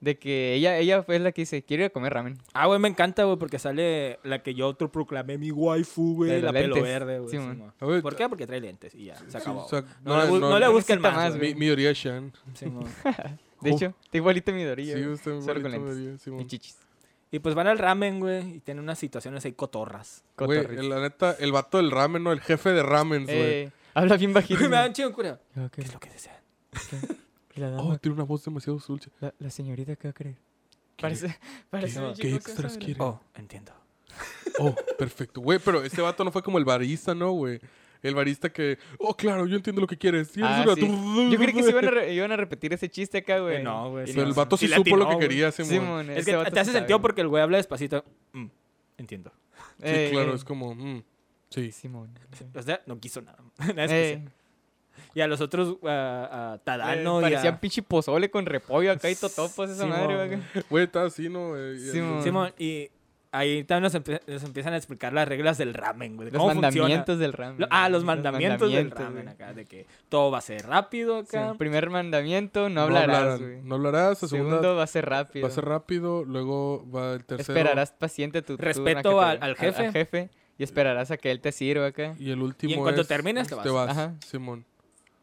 C: De que ella, ella fue la que dice, quiero ir a comer ramen.
A: Ah, güey, me encanta, güey, porque sale la que yo otro proclamé mi waifu,
C: La
A: güey,
C: de
A: la
C: los
A: pelo
C: lentes.
A: verde, güey.
C: Sí,
A: sí,
C: man.
A: man.
B: A ver,
A: ¿Por qué? Porque trae lentes y ya, se acabó.
B: o sea,
A: güey. no, le, bu- no le busquen
C: necesita
A: más,
C: más,
A: güey.
B: Mi, mi Oría Shan.
A: Sí, man.
C: De
B: Oh.
C: hecho, está igualito mi dorilla.
B: Sí,
C: güey,
B: usted me
C: solo
B: bonito
C: con
B: me
C: lentes.
B: haría, Simón.
C: Y chichis.
A: Y pues van al ramen, güey, y tienen unas situaciones ahí cotorras.
B: Güey,
C: Cotorris.
B: la neta, el vato del ramen, ¿no? El jefe de ramens, güey.
C: Eh, habla bien bajito.
A: Güey, me
C: güey.
A: dan chido, cura.
C: Creo
A: ¿Qué
C: que
A: es lo que desean?
C: la, dama-
B: Oh, tiene una voz demasiado dulce.
C: la- la señorita que va a querer.
B: ¿Qué-
C: Parece, parece
B: ¿Qué, qué
C: un chico que
B: extras
C: sabe.
B: quiere?
A: Oh, entiendo.
B: Oh, perfecto. Güey, pero este vato no fue como el barista, ¿no, güey? El barista que, oh, claro, yo entiendo lo que quieres. Y
C: Ah,
B: eres una-
C: sí. Yo creí que se iban a, re- iban a repetir ese chiste acá, güey.
A: Eh, no, güey,
C: Y
A: sí,
B: Pero el
A: no.
B: vato sí
A: Y le
B: supo lo que
A: atinó, güey.
B: quería, Simón.
C: Simón,
A: Es
C: este
A: que
C: vato
A: te hace
C: sabe,
A: sentido
C: güey.
A: porque el güey habla despacito. Mm, entiendo.
B: Sí,
C: Eh,
B: claro,
C: eh,
B: es como, mm, sí.
C: Simón.
A: O sea, no quiso nada. nada
C: Eh,
A: especial. Y a los otros, a, a Tadano
C: eh,
A: y a...
C: parecían pinche pozole con repollo acá y totopos esa
A: Sí,
C: madre,
A: mo-
C: güey.
B: Güey, está así, ¿no? Eh, y-
C: Simón.
A: Simón, y ahí también nos, empie- nos empiezan a explicar las reglas del ramen, güey. de
C: Los
A: cómo
C: mandamientos
A: funciona.
C: del ramen.
A: Lo- ah, los
C: güey.
A: mandamientos, del
C: mandamientos,
A: ramen
C: güey.
A: acá, de que todo va a ser rápido
C: Sí,
A: acá.
C: primer mandamiento, no
B: no
C: hablarás,
B: hablarán,
C: güey.
B: No hablarás. La segunda
C: Segundo, va a ser rápido.
B: va a ser rápido. Luego va el tercero.
C: Esperarás paciente tu turno a
A: Respeto
C: que te-
A: al- al jefe.
C: y esperarás a que él te sirva acá.
B: Y el último
A: Y en cuanto
B: es,
A: termines, te
B: te vas.
A: vas.
C: Ajá.
B: Simón.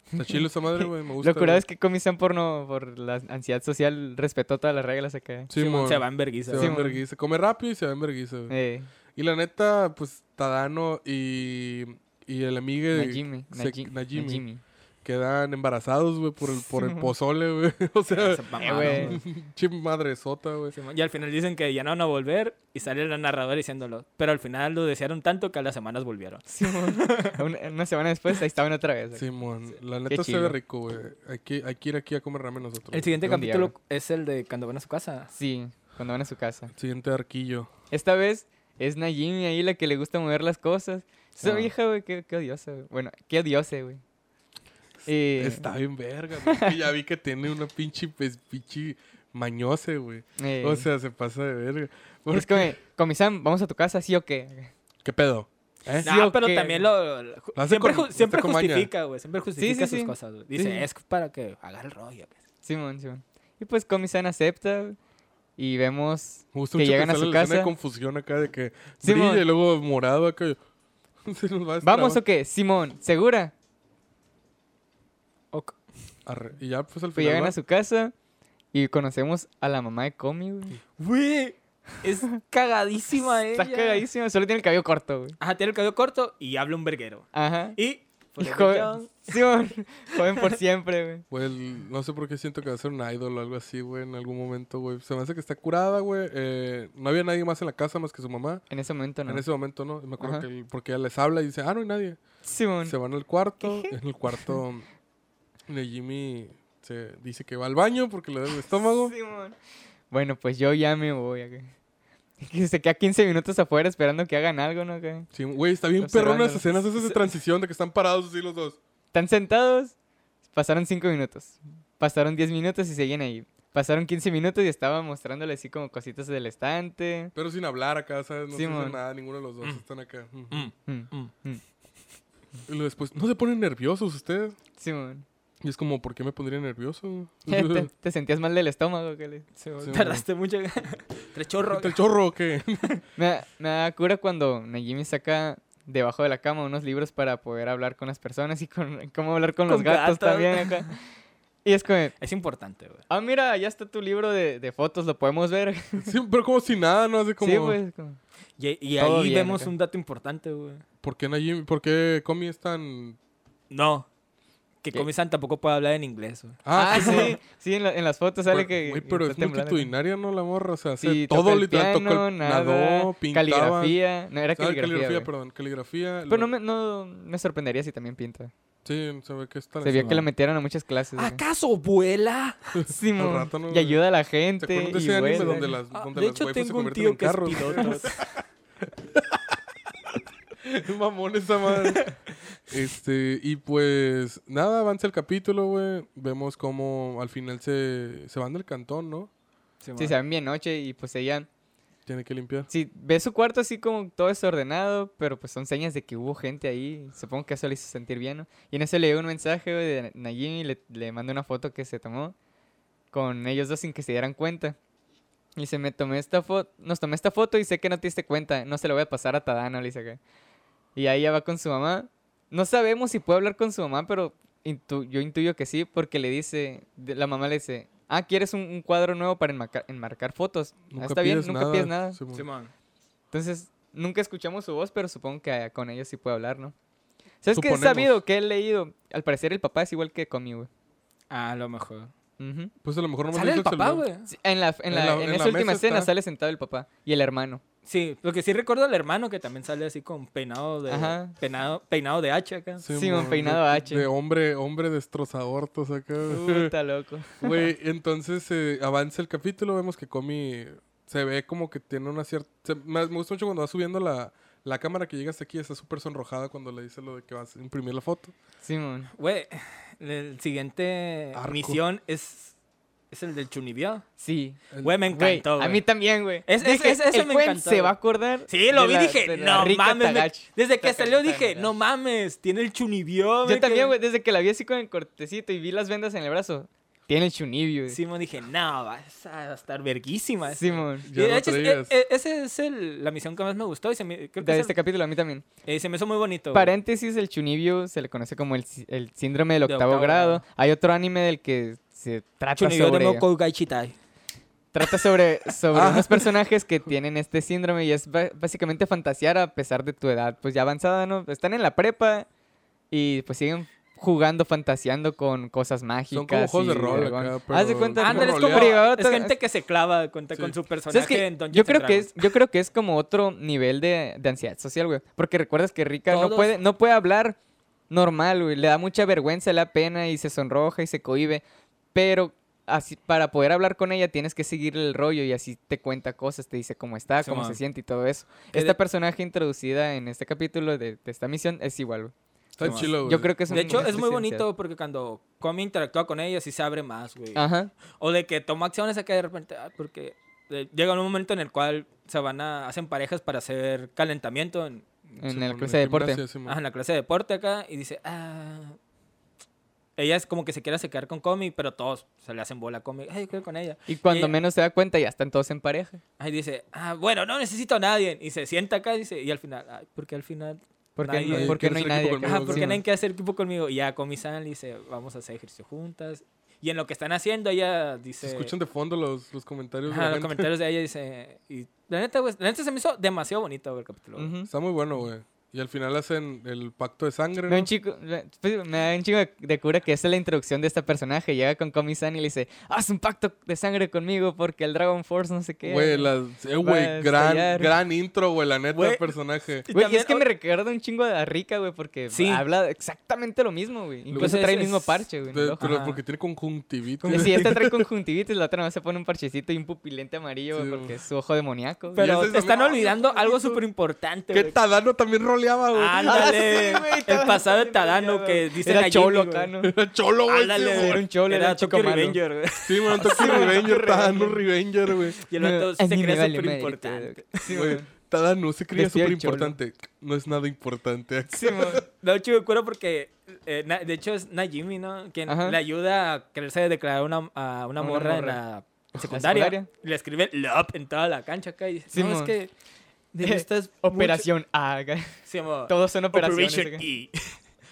B: Está chilo esa madre, güey. Me gusta.
C: Lo curado
B: güey.
C: es que Comisan por no, por la ansiedad social respetó todas las reglas acá.
B: Simón.
A: Se va en vergüenza.
B: Se va
C: Sí,
B: en
C: mon.
B: vergüenza. Come rápido y se va en vergüenza, güey.
C: Eh,
B: Y la neta, pues Tadano y, y el amigo
C: Najimi,
B: se-
C: Najimi,
B: Najimi.
C: Najimi.
B: quedan embarazados, güey, por el, por el
C: Simón.
B: pozole, güey. O sea,
A: Se
C: Eh,
A: mamaron,
C: güey.
A: güey.
B: chip madresota, güey.
A: Simón, Y al final dicen que ya no van a volver y sale la narradora diciéndolo. Pero al final lo desearon tanto que a las semanas volvieron.
C: Simón. una, una semana después, ahí estaban otra vez. acá.
B: Simón, la neta se ve
C: chido.
B: rico, güey. Hay que, hay que ir aquí a comer ramen nosotros.
A: El siguiente
C: Un día,
A: capítulo es el de cuando van a su casa.
C: Sí, cuando van a su casa.
B: El siguiente arquillo.
C: Esta vez es Najimi ahí la que le gusta mover las cosas. Esa
A: Ah.
C: vieja, güey, qué, qué odiosa, güey. Bueno, qué odiosa, güey. Eh,
B: Está bien verga, güey. que Ya vi que tiene una pinche, pues, pinche mañose, güey.
C: eh,
B: O sea, se pasa de verga.
C: es
B: Porque-
C: como, Comisan, ¿vamos a tu casa, ¿sí o qué?
B: ¿Qué pedo? ¿Eh?
A: No,
C: Sí, o
A: Ah, pero
C: qué,
A: también
C: güey.
A: lo. lo-
B: Lo hace
A: siempre
B: con-
A: ju- siempre
B: está con maña.
A: justifica, güey. Siempre justifica
C: sí,
A: sus
C: sí.
A: cosas. güey. Dice,
C: Sí.
A: es para que haga el rollo. pues".
C: Simón, Simón. Y pues Comisan acepta güey, y vemos
B: Me gusta
C: Que
B: mucho
C: llegan a
B: sale
C: su
B: la escena de
C: casa.
B: confusión acá de que
C: Simón.
B: brilla y luego morado acá. Se nos va a
C: ¿Vamos
B: destrabar.
C: o qué? Simón, ¿segura?
B: Pues, Arre. Y ya, pues, al
C: Pues
B: final
C: llegan
B: va.
C: a su casa y conocemos a la mamá de Comi, güey.
A: Güey, es cagadísima ella.
C: Está cagadísima, solo tiene el cabello corto, güey.
A: Ajá, tiene el cabello corto y habla un verguero.
C: Ajá.
A: Y
C: Y
A: Forever
C: joven,
A: Young.
C: sí, mon, joven por siempre, güey.
B: Güey, el- no sé por qué siento que va a ser un idol o algo así, güey, en algún momento, güey. Se me hace que está curada, güey. Eh, no había nadie más en la casa más que su mamá.
C: En ese momento no.
B: En ese momento, ¿no? Me acuerdo
C: Ajá.
B: que el- porque ella les habla y dice, ah, no hay nadie.
C: Simón.
B: Se van al cuarto. En el cuarto de Jimmy se dice que va al baño porque le da el estómago.
C: Simón. Bueno, pues yo ya me voy acá. Que se queda 15 minutos afuera esperando que hagan algo, ¿no? acá?
B: Sí, güey, está bien
C: Los
B: perrón las
C: hermanos.
B: escenas esas de transición de que están parados así los dos.
C: Están sentados. Pasaron 5 minutos. Pasaron 10 minutos y seguían ahí. Pasaron 15 minutos y estaba mostrándole así como cositas del estante.
B: Pero sin hablar acá, ¿sabes? No
C: Sí,
B: se dicen
C: mon.
B: nada, ninguno de los dos están acá. Ujú.
A: Mm,
C: Mm,
A: mm.
C: mm.
B: Y luego después, ¿no se ponen nerviosos ustedes?
C: Simón.
B: Y es como, ¿por qué me pondría nervioso?
C: ¿Te, te sentías mal del estómago, Kelly. Simón.
B: Sí,
A: Tardaste mucho. Tres chorros.
B: ¿El chorro o qué?
C: Me, da- me da cura cuando Najimi saca debajo de la cama unos libros para poder hablar con las personas y con cómo hablar con, los
A: Con
C: gatos,
A: gatos.
C: también. acá. Y es como,
A: Es importante, güey.
C: ah, mira, ya está tu libro de, de fotos, lo podemos ver.
B: Sí, pero como si nada, ¿no? Hace como,
C: Sí, pues. como-
A: Y, y
C: Todo
A: ahí
C: bien
A: vemos
C: acá.
A: un dato importante, güey.
B: ¿por qué Najim, por qué Comi es tan...?
A: No. Que
C: ¿Qué?
A: Comi-san tampoco puede hablar en inglés, güey.
C: Ah,
B: sí, mon.
C: sí, sí, en, la- en las fotos sale
B: Pero-
C: que.
B: güey, pero
C: está
B: es
C: temblando acá.
B: multitudinaria, ¿no? La morra, o sea, hace
C: Sí,
B: todo
C: toca el
B: literal, tocó
C: piano,
B: el
C: nada,
B: nadó, pintaba.
C: Caligrafía. No, era
B: Ah,
C: caligrafía. güey.
B: perdón, caligrafía.
C: Pero
B: lo-
C: no me, no me sorprendería si también pinta.
B: Sí, se ve que está...
C: Se vio que la metieron a muchas clases. güey.
A: ¿Acaso vuela?
C: Sí, mon.
B: Al rato, ¿no?
C: Y ayuda a la
B: ¿Te
C: gente.
B: acuerdas de
C: y
B: ese anime
C: vuela.
B: donde las,
C: Pues,
A: Ah,
B: donde
A: de
B: las
A: hecho,
B: waifus se
A: tengo un
B: convierten
A: tío
B: en
A: que es
B: carros?
A: piloto.
B: Mamón esa madre. este, y pues nada, avanza el capítulo, güey. Vemos cómo al final se, se van del cantón, ¿no?
C: Sí, se ven bien noche y pues ella...
B: Tiene que limpiar.
C: Sí, ve su cuarto así como todo desordenado, pero pues son señas de que hubo gente ahí. Supongo que eso le hizo sentir bien, ¿no? Y en eso le llegó un mensaje güey, de Najimi y le, le mandó una foto que se tomó con ellos dos sin que se dieran cuenta. Y se me tomé esta foto, nos tomé esta foto y sé que no te diste cuenta, no se la voy a pasar a Tadano, le dice acá. Y ahí ya va con su mamá. No sabemos si puede hablar con su mamá, pero intu- yo intuyo que sí, porque le dice, de- la mamá le dice, ah, ¿quieres un, un cuadro nuevo para enmarcar, enmarcar fotos? Ah,
B: Nunca
C: Está bien,
B: pides
C: nunca
B: nada.
C: pides nada.
B: Simón.
C: Entonces, nunca escuchamos su voz, pero supongo que eh, con ellos sí puede hablar, ¿no? ¿Sabes qué he
B: Suponemos.
C: sabido? que he leído? Al parecer el papá es igual que Comi, güey.
A: Ah, a lo mejor.
C: Ujú.
B: Pues a lo mejor no me
A: Sale el papá,
B: celular.
A: güey.
C: Sí, En, la, en,
B: En
C: la-
B: la-
C: en
B: en la
C: esa última
B: mesa
C: escena
B: está.
C: sale sentado el papá y el hermano.
A: Sí, lo que sí recuerdo al hermano que también sale así con peinado de
C: Ajá.
A: peinado, peinado de hacha acá.
C: Sí,
B: Simón,
C: mon, peinado
B: de-
C: H.
B: De hombre, hombre destrozador, todo acá.
C: Puta loco.
B: Güey, entonces eh, avanza el capítulo, vemos que Comi se ve como que tiene una cierta... se- me, me gusta mucho cuando va subiendo la, la cámara que llega hasta aquí, está súper sonrojada cuando le dice lo de que vas a imprimir la foto.
C: Simón.
A: Güey, el siguiente
B: Arco.
A: misión es es el del Chunibyo.
C: Sí.
A: Güey, me
C: Güey,
A: encantó.
C: a
A: güey.
C: mí también, güey.
A: Es- es-
C: Dije,
A: es- ese
C: el
A: me
C: Cuen
A: encantó,
C: se va a
A: güey.
C: acordar.
A: Sí, lo
C: de
A: vi,
C: la- de
A: dije,
C: la
A: no
C: rica
A: mames. me-
C: Tagachi".
A: Desde que
C: Taka-
A: salió dije,
C: Tagachi.
A: no mames, tiene el Chunibyo.
C: Yo también, güey, desde que la vi así con el cortecito y vi las vendas en el brazo. Tiene el chunibio, güey.
A: Simón dije, no, vas a estar verguísima. esta".
C: Simón.
A: Y
B: Ya
A: de
B: lo
A: hecho, es-
B: traías.
A: e- e- esa es el- la misión que más me gustó y se me, creo que
C: De
A: es
C: este
A: el-
C: capítulo, a mí también.
A: eh, se me hizo muy bonito. güey.
C: Paréntesis, el chunibio se le conoce como el, sí- el síndrome del octavo, grado. Hay otro anime del que se trata
A: Chunibyo
C: sobre,
A: de
C: ello.
A: Mokou Gaichitai.
C: trata sobre, sobre
B: Ah.
C: unos personajes que tienen este síndrome y es ba- básicamente fantasear a pesar de tu edad, pues ya avanzada, ¿no? Están en la prepa y pues siguen jugando, fantaseando con cosas mágicas.
B: juegos de
C: y
B: rol
C: dragón.
B: acá,
C: Haz de
B: pero
C: cuenta,
B: como
A: Ándale, es como
C: roleado.
A: es gente que se clava cuenta
B: Sí.
A: con su personaje
C: ¿Sabes qué?
A: en Dungeons
C: Yo creo
A: and
C: que
A: Dragons.
C: es, yo creo que es como otro nivel de, de ansiedad social, güey. Porque recuerdas que Rica no
A: Todos-
C: puede, no puede hablar normal, güey. Le da mucha vergüenza, le da pena y se sonroja y se cohíbe. Pero así, para poder hablar con ella tienes que seguirle el rollo y así te cuenta cosas, te dice cómo está, cómo
A: Simón.
C: se siente y todo eso.
A: Que
C: Esta
A: de-
C: personaje introducida en este capítulo de, de esta misión es igual, güey.
B: Está
A: Sí, man.
B: chilo, güey.
C: Yo creo que es un-
A: De hecho, es muy
C: especial.
A: bonito porque cuando Comi interactúa con ella, sí se abre más, güey.
C: Ajá.
A: O de que toma acciones acá de repente, ah, porque eh, llega un momento en el cual se van a, hacen parejas para hacer calentamiento en,
C: en
B: Simón,
C: el clase de deporte.
B: gimnasia, Simón.
A: ajá, en la clase de deporte acá y dice, ah... Ella es como que se quiere acercar con Comi, pero todos se le hacen bola a Comi. Ay, quiero con ella.
C: Y cuando
A: Y-
C: menos se da cuenta ya están todos en pareja.
A: Ahí dice, ah, bueno, no necesito a nadie. Y se sienta acá y dice, y al final, ay, porque al final
C: Porque,
A: Nadie-
C: no, porque
B: ¿Quieres
C: no hay
B: ser equipo
C: nadie.
B: conmigo,
C: acá.
A: Ajá, porque
C: Sí,
A: no hay
C: man.
A: que hacer equipo conmigo. Y ya Comi-san le dice, vamos a hacer ejercicio juntas. Y en lo que están haciendo, ella dice...
B: Se escuchan de fondo los, los comentarios. de
A: ajá,
B: la
A: los
B: gente.
A: pues, comentarios de ella dice... Y la neta, güey, la neta se me hizo demasiado bonito, güey, el capítulo. güey.
C: Ujú.
B: Está muy bueno, güey. Y al final hacen el pacto de sangre,
C: Me
B: ¿no?
C: da un chico, me pues, me da un chico de- de cura que esa es la introducción de este personaje. Llega con Komi-san y le dice, haz un pacto de sangre conmigo porque el Dragon Force no sé qué.
B: Güey, las- eh,
C: Va a
B: güey, gran,
C: estallar.
B: gran intro, güey, la neta,
A: Güey.
B: el personaje.
A: Y
C: Güey, y
A: también
C: es que
A: o-
C: me recuerda un chingo a Rica, güey, porque
A: Sí.
C: habla exactamente lo mismo, güey.
A: Pues
C: Incluso
A: es-
C: trae el mismo
A: es-
C: parche, güey. en el
B: De-
C: ojo.
B: pero
A: Ajá.
B: porque tiene conjuntivitis.
C: Y Si esta trae conjuntivitis, la otra no se pone un parchecito y un pupilente amarillo, güey,
B: Sí,
C: porque es su ojo demoníaco. güey.
A: Pero
B: ese
A: te están
B: también-
A: olvidando
B: Ay,
A: algo
B: eso-
A: súper importante,
B: Que
A: güey.
B: Tadano también roleaba, güey.
A: Ándale,
C: Ah, sí, güey,
A: el
C: Tadano
A: pasado de
C: también
A: Tadano
C: roleaba.
A: que dice
C: Era
A: Hajime,
C: cholo
A: güey.
C: acá, ¿no?
B: Era cholo, güey. sí,
A: Ándale,
B: güey.
A: güey.
C: Era un cholo,
A: era
C: era chico
A: Tokyo
C: malo.
A: Revenger, güey.
B: Sí, bueno, Tokyo Revenger, Tadano Revenger, güey.
A: Y el vato
C: A
A: se
C: mí me
A: cree
C: vale
A: súper
C: madre,
A: importante.
C: güey. Sí,
B: Güey,
C: güey.
B: Tadano se creía
C: Vestía
B: súper
C: de
B: importante. No es nada importante. acá.
C: Sí, güey.
A: No, chico, cura porque. eh, na- de hecho, es Najimi, ¿no? Quien
C: Ajá.
A: le ayuda a quererse declarar una, a una
C: Una
A: morra, en
C: morra.
A: la secundaria.
C: secundaria.
A: Le escribe Love en toda la cancha acá. Y dice:
C: Sí,
A: No, es
C: mon.
A: que. De estas.
C: Operación A. güey.
A: Se llama.
C: Todos son operaciones.
A: Operation
C: güey.
A: E.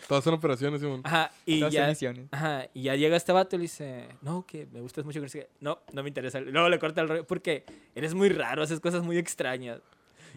B: Todas son operaciones, Simón.
A: Ajá, y
C: Todas son
A: ya.
C: misiones.
A: Ajá, y ya llega este vato y le dice, no, que me gustas mucho. que no sé qué". No, no me interesa. Luego le corta el rollo porque eres muy raro, haces cosas muy extrañas.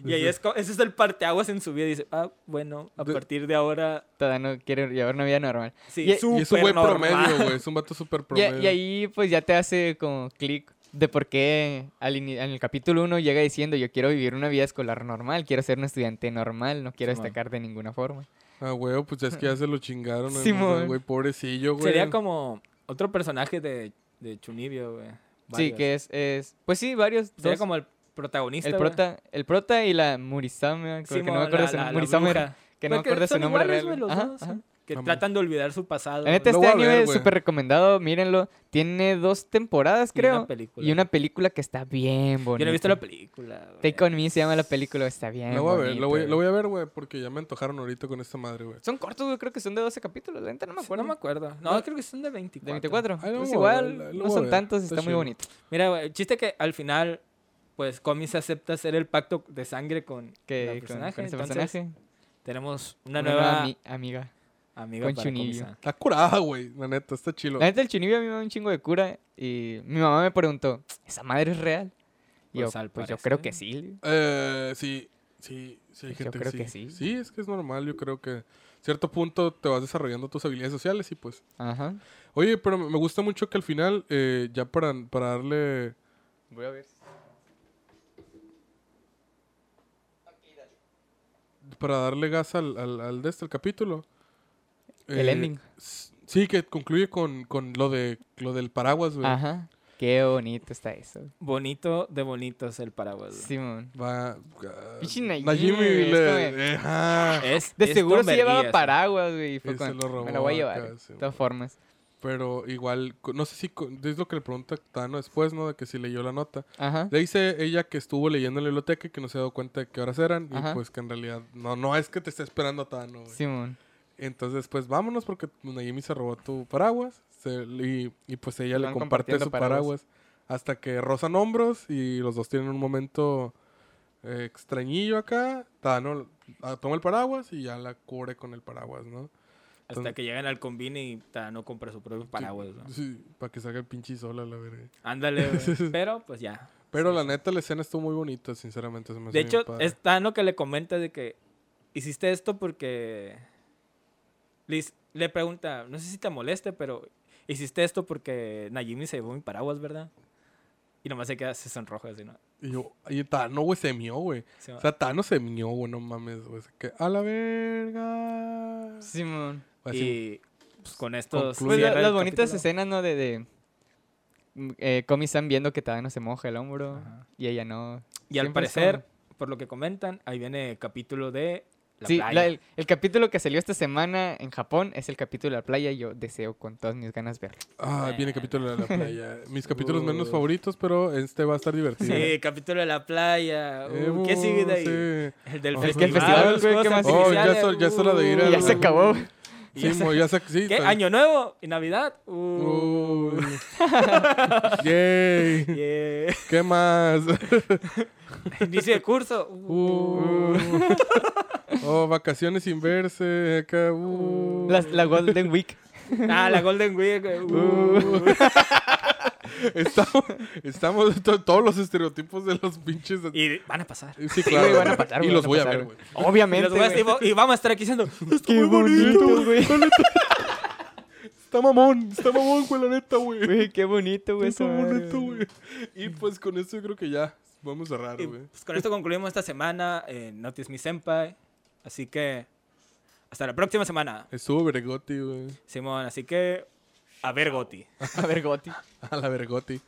A: Y ahí es, co- ese es el parteaguas en su vida. Y dice, ah, bueno, a
B: De-
A: partir de ahora,
C: Todavía no quiere llevar una vida normal.
A: sí,
C: Y- y
B: Y es
C: es
B: un güey
A: supernormal".
B: promedio, güey. Es un vato súper
C: Y,
B: promedio.
C: y ahí pues ya te hace como clic de por qué al ini- en el capítulo 1 llega diciendo yo quiero vivir una vida escolar normal, quiero ser un estudiante normal, no quiero
A: Simón.
C: destacar de ninguna forma.
B: Ah, güey, pues ya es que ya se lo chingaron. ¿no?
C: Simón.
B: O sea, Güey, pobrecillo, güey.
A: Sería como otro personaje de, de Chunibyo, güey.
C: Sí, que es, es... Pues sí, varios.
A: Sería
C: dos.
A: como el protagonista,
C: el,
A: güey.
C: prota, el prota y la Murisame, que
A: Simón,
C: no me acuerdo
A: la-
C: su
A: la-
C: nombre.
A: la
C: Murisame,
A: bruja.
C: que no me
A: Porque
C: acuerdo su
A: son
C: nombre
A: iguales,
C: real.
A: güey, los
C: Ajá,
A: dos,
C: ajá.
A: son- Que
B: Amor.
A: tratan de olvidar su pasado.
C: La
A: güey.
C: neta,
B: Lo
C: este
B: voy a ver,
C: anime es
B: güey.
C: súper recomendado, mírenlo. Tiene dos temporadas,
A: Y una
C: creo.
A: película.
C: y una película que está bien bonita.
A: Yo no he visto la película, güey.
C: Take On Me se llama la película, está bien
B: Lo voy a ver, lo voy,
C: bonita,
B: lo voy a ver, güey, porque ya me antojaron ahorita con esta madre, güey.
C: Son cortos, güey, creo que son de 12 capítulos, la neta no me acuerdo.
A: No me acuerdo. No, creo que son de 24.
C: de 24.
B: Ahí lo
C: Pues
B: voy a ver, ahí
C: igual,
B: lo
C: no
B: voy a
C: son
B: ver,
C: tantos,
B: está
C: está muy
B: chido.
C: bonito.
A: Mira, güey, el chiste que al final, pues Comi se acepta hacer el pacto de sangre con
C: Que
A: la
C: con-
A: personaje.
C: con, ese
A: entonces,
C: personaje.
A: Tenemos una,
C: Una
A: nueva
C: nueva ami- amiga.
A: amiga
C: con
A: para
C: Chunibyo.
A: Komi-san.
B: Está curada, güey. La neta, está chilo.
C: La neta, el Chunibyo a mí me da un chingo de cura. Y mi mamá me preguntó, ¿esa madre es real? Y
A: Pues,
C: yo,
A: al
C: pues yo
A: parecer.
C: creo que sí.
B: Eh, sí, sí, sí, hay
C: Yo
B: gente
C: creo
B: sí.
C: que sí.
B: Sí, es que es normal. Yo creo que a cierto punto te vas desarrollando tus habilidades sociales y pues.
C: Ajá.
B: Oye, pero me me gusta mucho que al final, eh, ya para, para darle.
C: Voy a ver.
B: Para darle gas al, al, al de este, el capítulo. eh,
C: El ending.
B: s- Sí, que concluye con, con lo de lo del paraguas, güey.
C: Ajá. Qué bonito está eso.
A: Bonito de bonitos el paraguas. güey.
C: Simón.
B: Va.
C: Pinche
B: Najimi
C: Najimi, güey, es como
B: le. Ajá.
A: Es,
C: De
A: es
C: seguro se
A: tonterías,
C: llevaba
A: güey.
C: paraguas, güey. y
B: Y
C: Fue
B: se
C: con,
B: lo robó
C: me lo voy a llevar.
B: acá,
C: De
B: Simón.
C: todas formas.
B: Pero igual, co- no sé si. co- Es lo que le pregunta Tano después, ¿no? De que si leyó la nota.
C: Ajá.
B: Le dice ella que estuvo leyendo en la biblioteca y que no se ha dado cuenta de qué horas eran. Y
C: Ajá.
B: pues que en realidad. No, no es que te esté esperando a Tano, güey.
C: Simón.
B: Entonces, pues vámonos porque Nayimi se robó tu paraguas. se- y, y, pues ella le
C: Van
B: comparte
C: compartiendo
B: su paraguas. Hasta que rozan hombros y los dos tienen un momento eh, extrañillo acá. Tano ah, toma el paraguas y ya la cubre con el paraguas, ¿no?
A: Hasta que llegan al combine y ta, no compra su propio paraguas. güey.
B: Sí, para que salga el pinche sol a la verga.
A: Ándale, güey. Pero pues ya.
B: Pero
A: Sí,
B: la
A: sí.
B: neta, la escena estuvo muy bonita, sinceramente. se me
A: De
B: hace bien
A: hecho,
B: padre.
A: es Tano que le comenta de que hiciste esto porque. Liz le pregunta, no sé si te moleste, pero hiciste esto porque Najimi se llevó mi paraguas, ¿verdad? Y nomás se queda, se sonroja así, ¿no?
B: Y yo, y Tano, güey, se mió, güey.
A: Se-
B: O sea, Tano se mió, güey, no mames, güey. se que- A la verga.
C: Simón.
B: Así,
A: y pues, con esto.
B: Concluye.
C: Pues la-
A: cierra el
C: las bonitas
A: capítulo.
C: escenas, ¿no? De, de mm, eh, Komi-san viendo que todavía no se moja el hombro
A: Ajá.
C: y ella no.
A: Y al
C: siempre es
A: parecer, por lo que comentan, ahí viene el capítulo de. La
C: sí,
A: playa.
C: la- el, el capítulo que salió esta semana en Japón es el capítulo de la playa. Yo deseo con todas mis ganas verlo.
B: ah, viene
A: Bueno.
B: capítulo de la playa. Mis capítulos menos favoritos, pero este va a estar divertido.
A: Sí, capítulo de la playa. Uh, ¿Qué
B: Eh,
A: sigue de ahí?
B: sí.
A: El del
B: Oh,
A: festival.
B: es que el
C: festival,
A: los
C: güey,
A: juegos
C: ¿qué más?
B: Oh, ya
A: artificiales,
B: es hor- ya es hora de ir
A: uh,
B: al-
C: Y ya se acabó.
A: y
B: Sí,
A: ya se-
B: mo, ya sa- sí,
A: ¿Qué?
B: tal-
A: ¿Año nuevo? ¿Y Navidad? Uh,
B: Uy. Yay.
A: yeah.
B: ¿Qué más?
A: Inicio de curso.
B: Uh. Oh, vacaciones sin verse. Acá. uh.
C: La, la Golden Week.
A: Uh. Ah, la Golden Week. güey. Uh.
B: Uh. Estamos, estamos to- todos los estereotipos de los pinches.
A: Y van a pasar.
B: Sí,
C: Sí, güey,
B: claro.
C: van a pasar,
B: y
C: güey,
B: los
C: van
B: voy
C: pasar,
B: a ver, güey.
A: Y,
C: Obviamente.
A: los güeyes,
C: güey.
A: y vo- y vamos a estar aquí diciendo, está
C: Qué
A: muy bonito.
C: bonito, güey.
B: Está mamón, está mamón, güey, la neta, güey.
C: Güey, qué bonito, güey.
B: Está
C: esa madre,
B: bonito, güey. Y pues con esto yo creo que ya vamos a cerrar,
A: Y,
B: güey.
A: pues, con esto concluimos esta semana. Eh, Notice Me Senpai. Así que hasta la próxima semana,
B: Estuvo Vergotti, güey.
A: Simón. Así que a ver, Goti.
C: A ver, Goti.
B: A la Vergotti.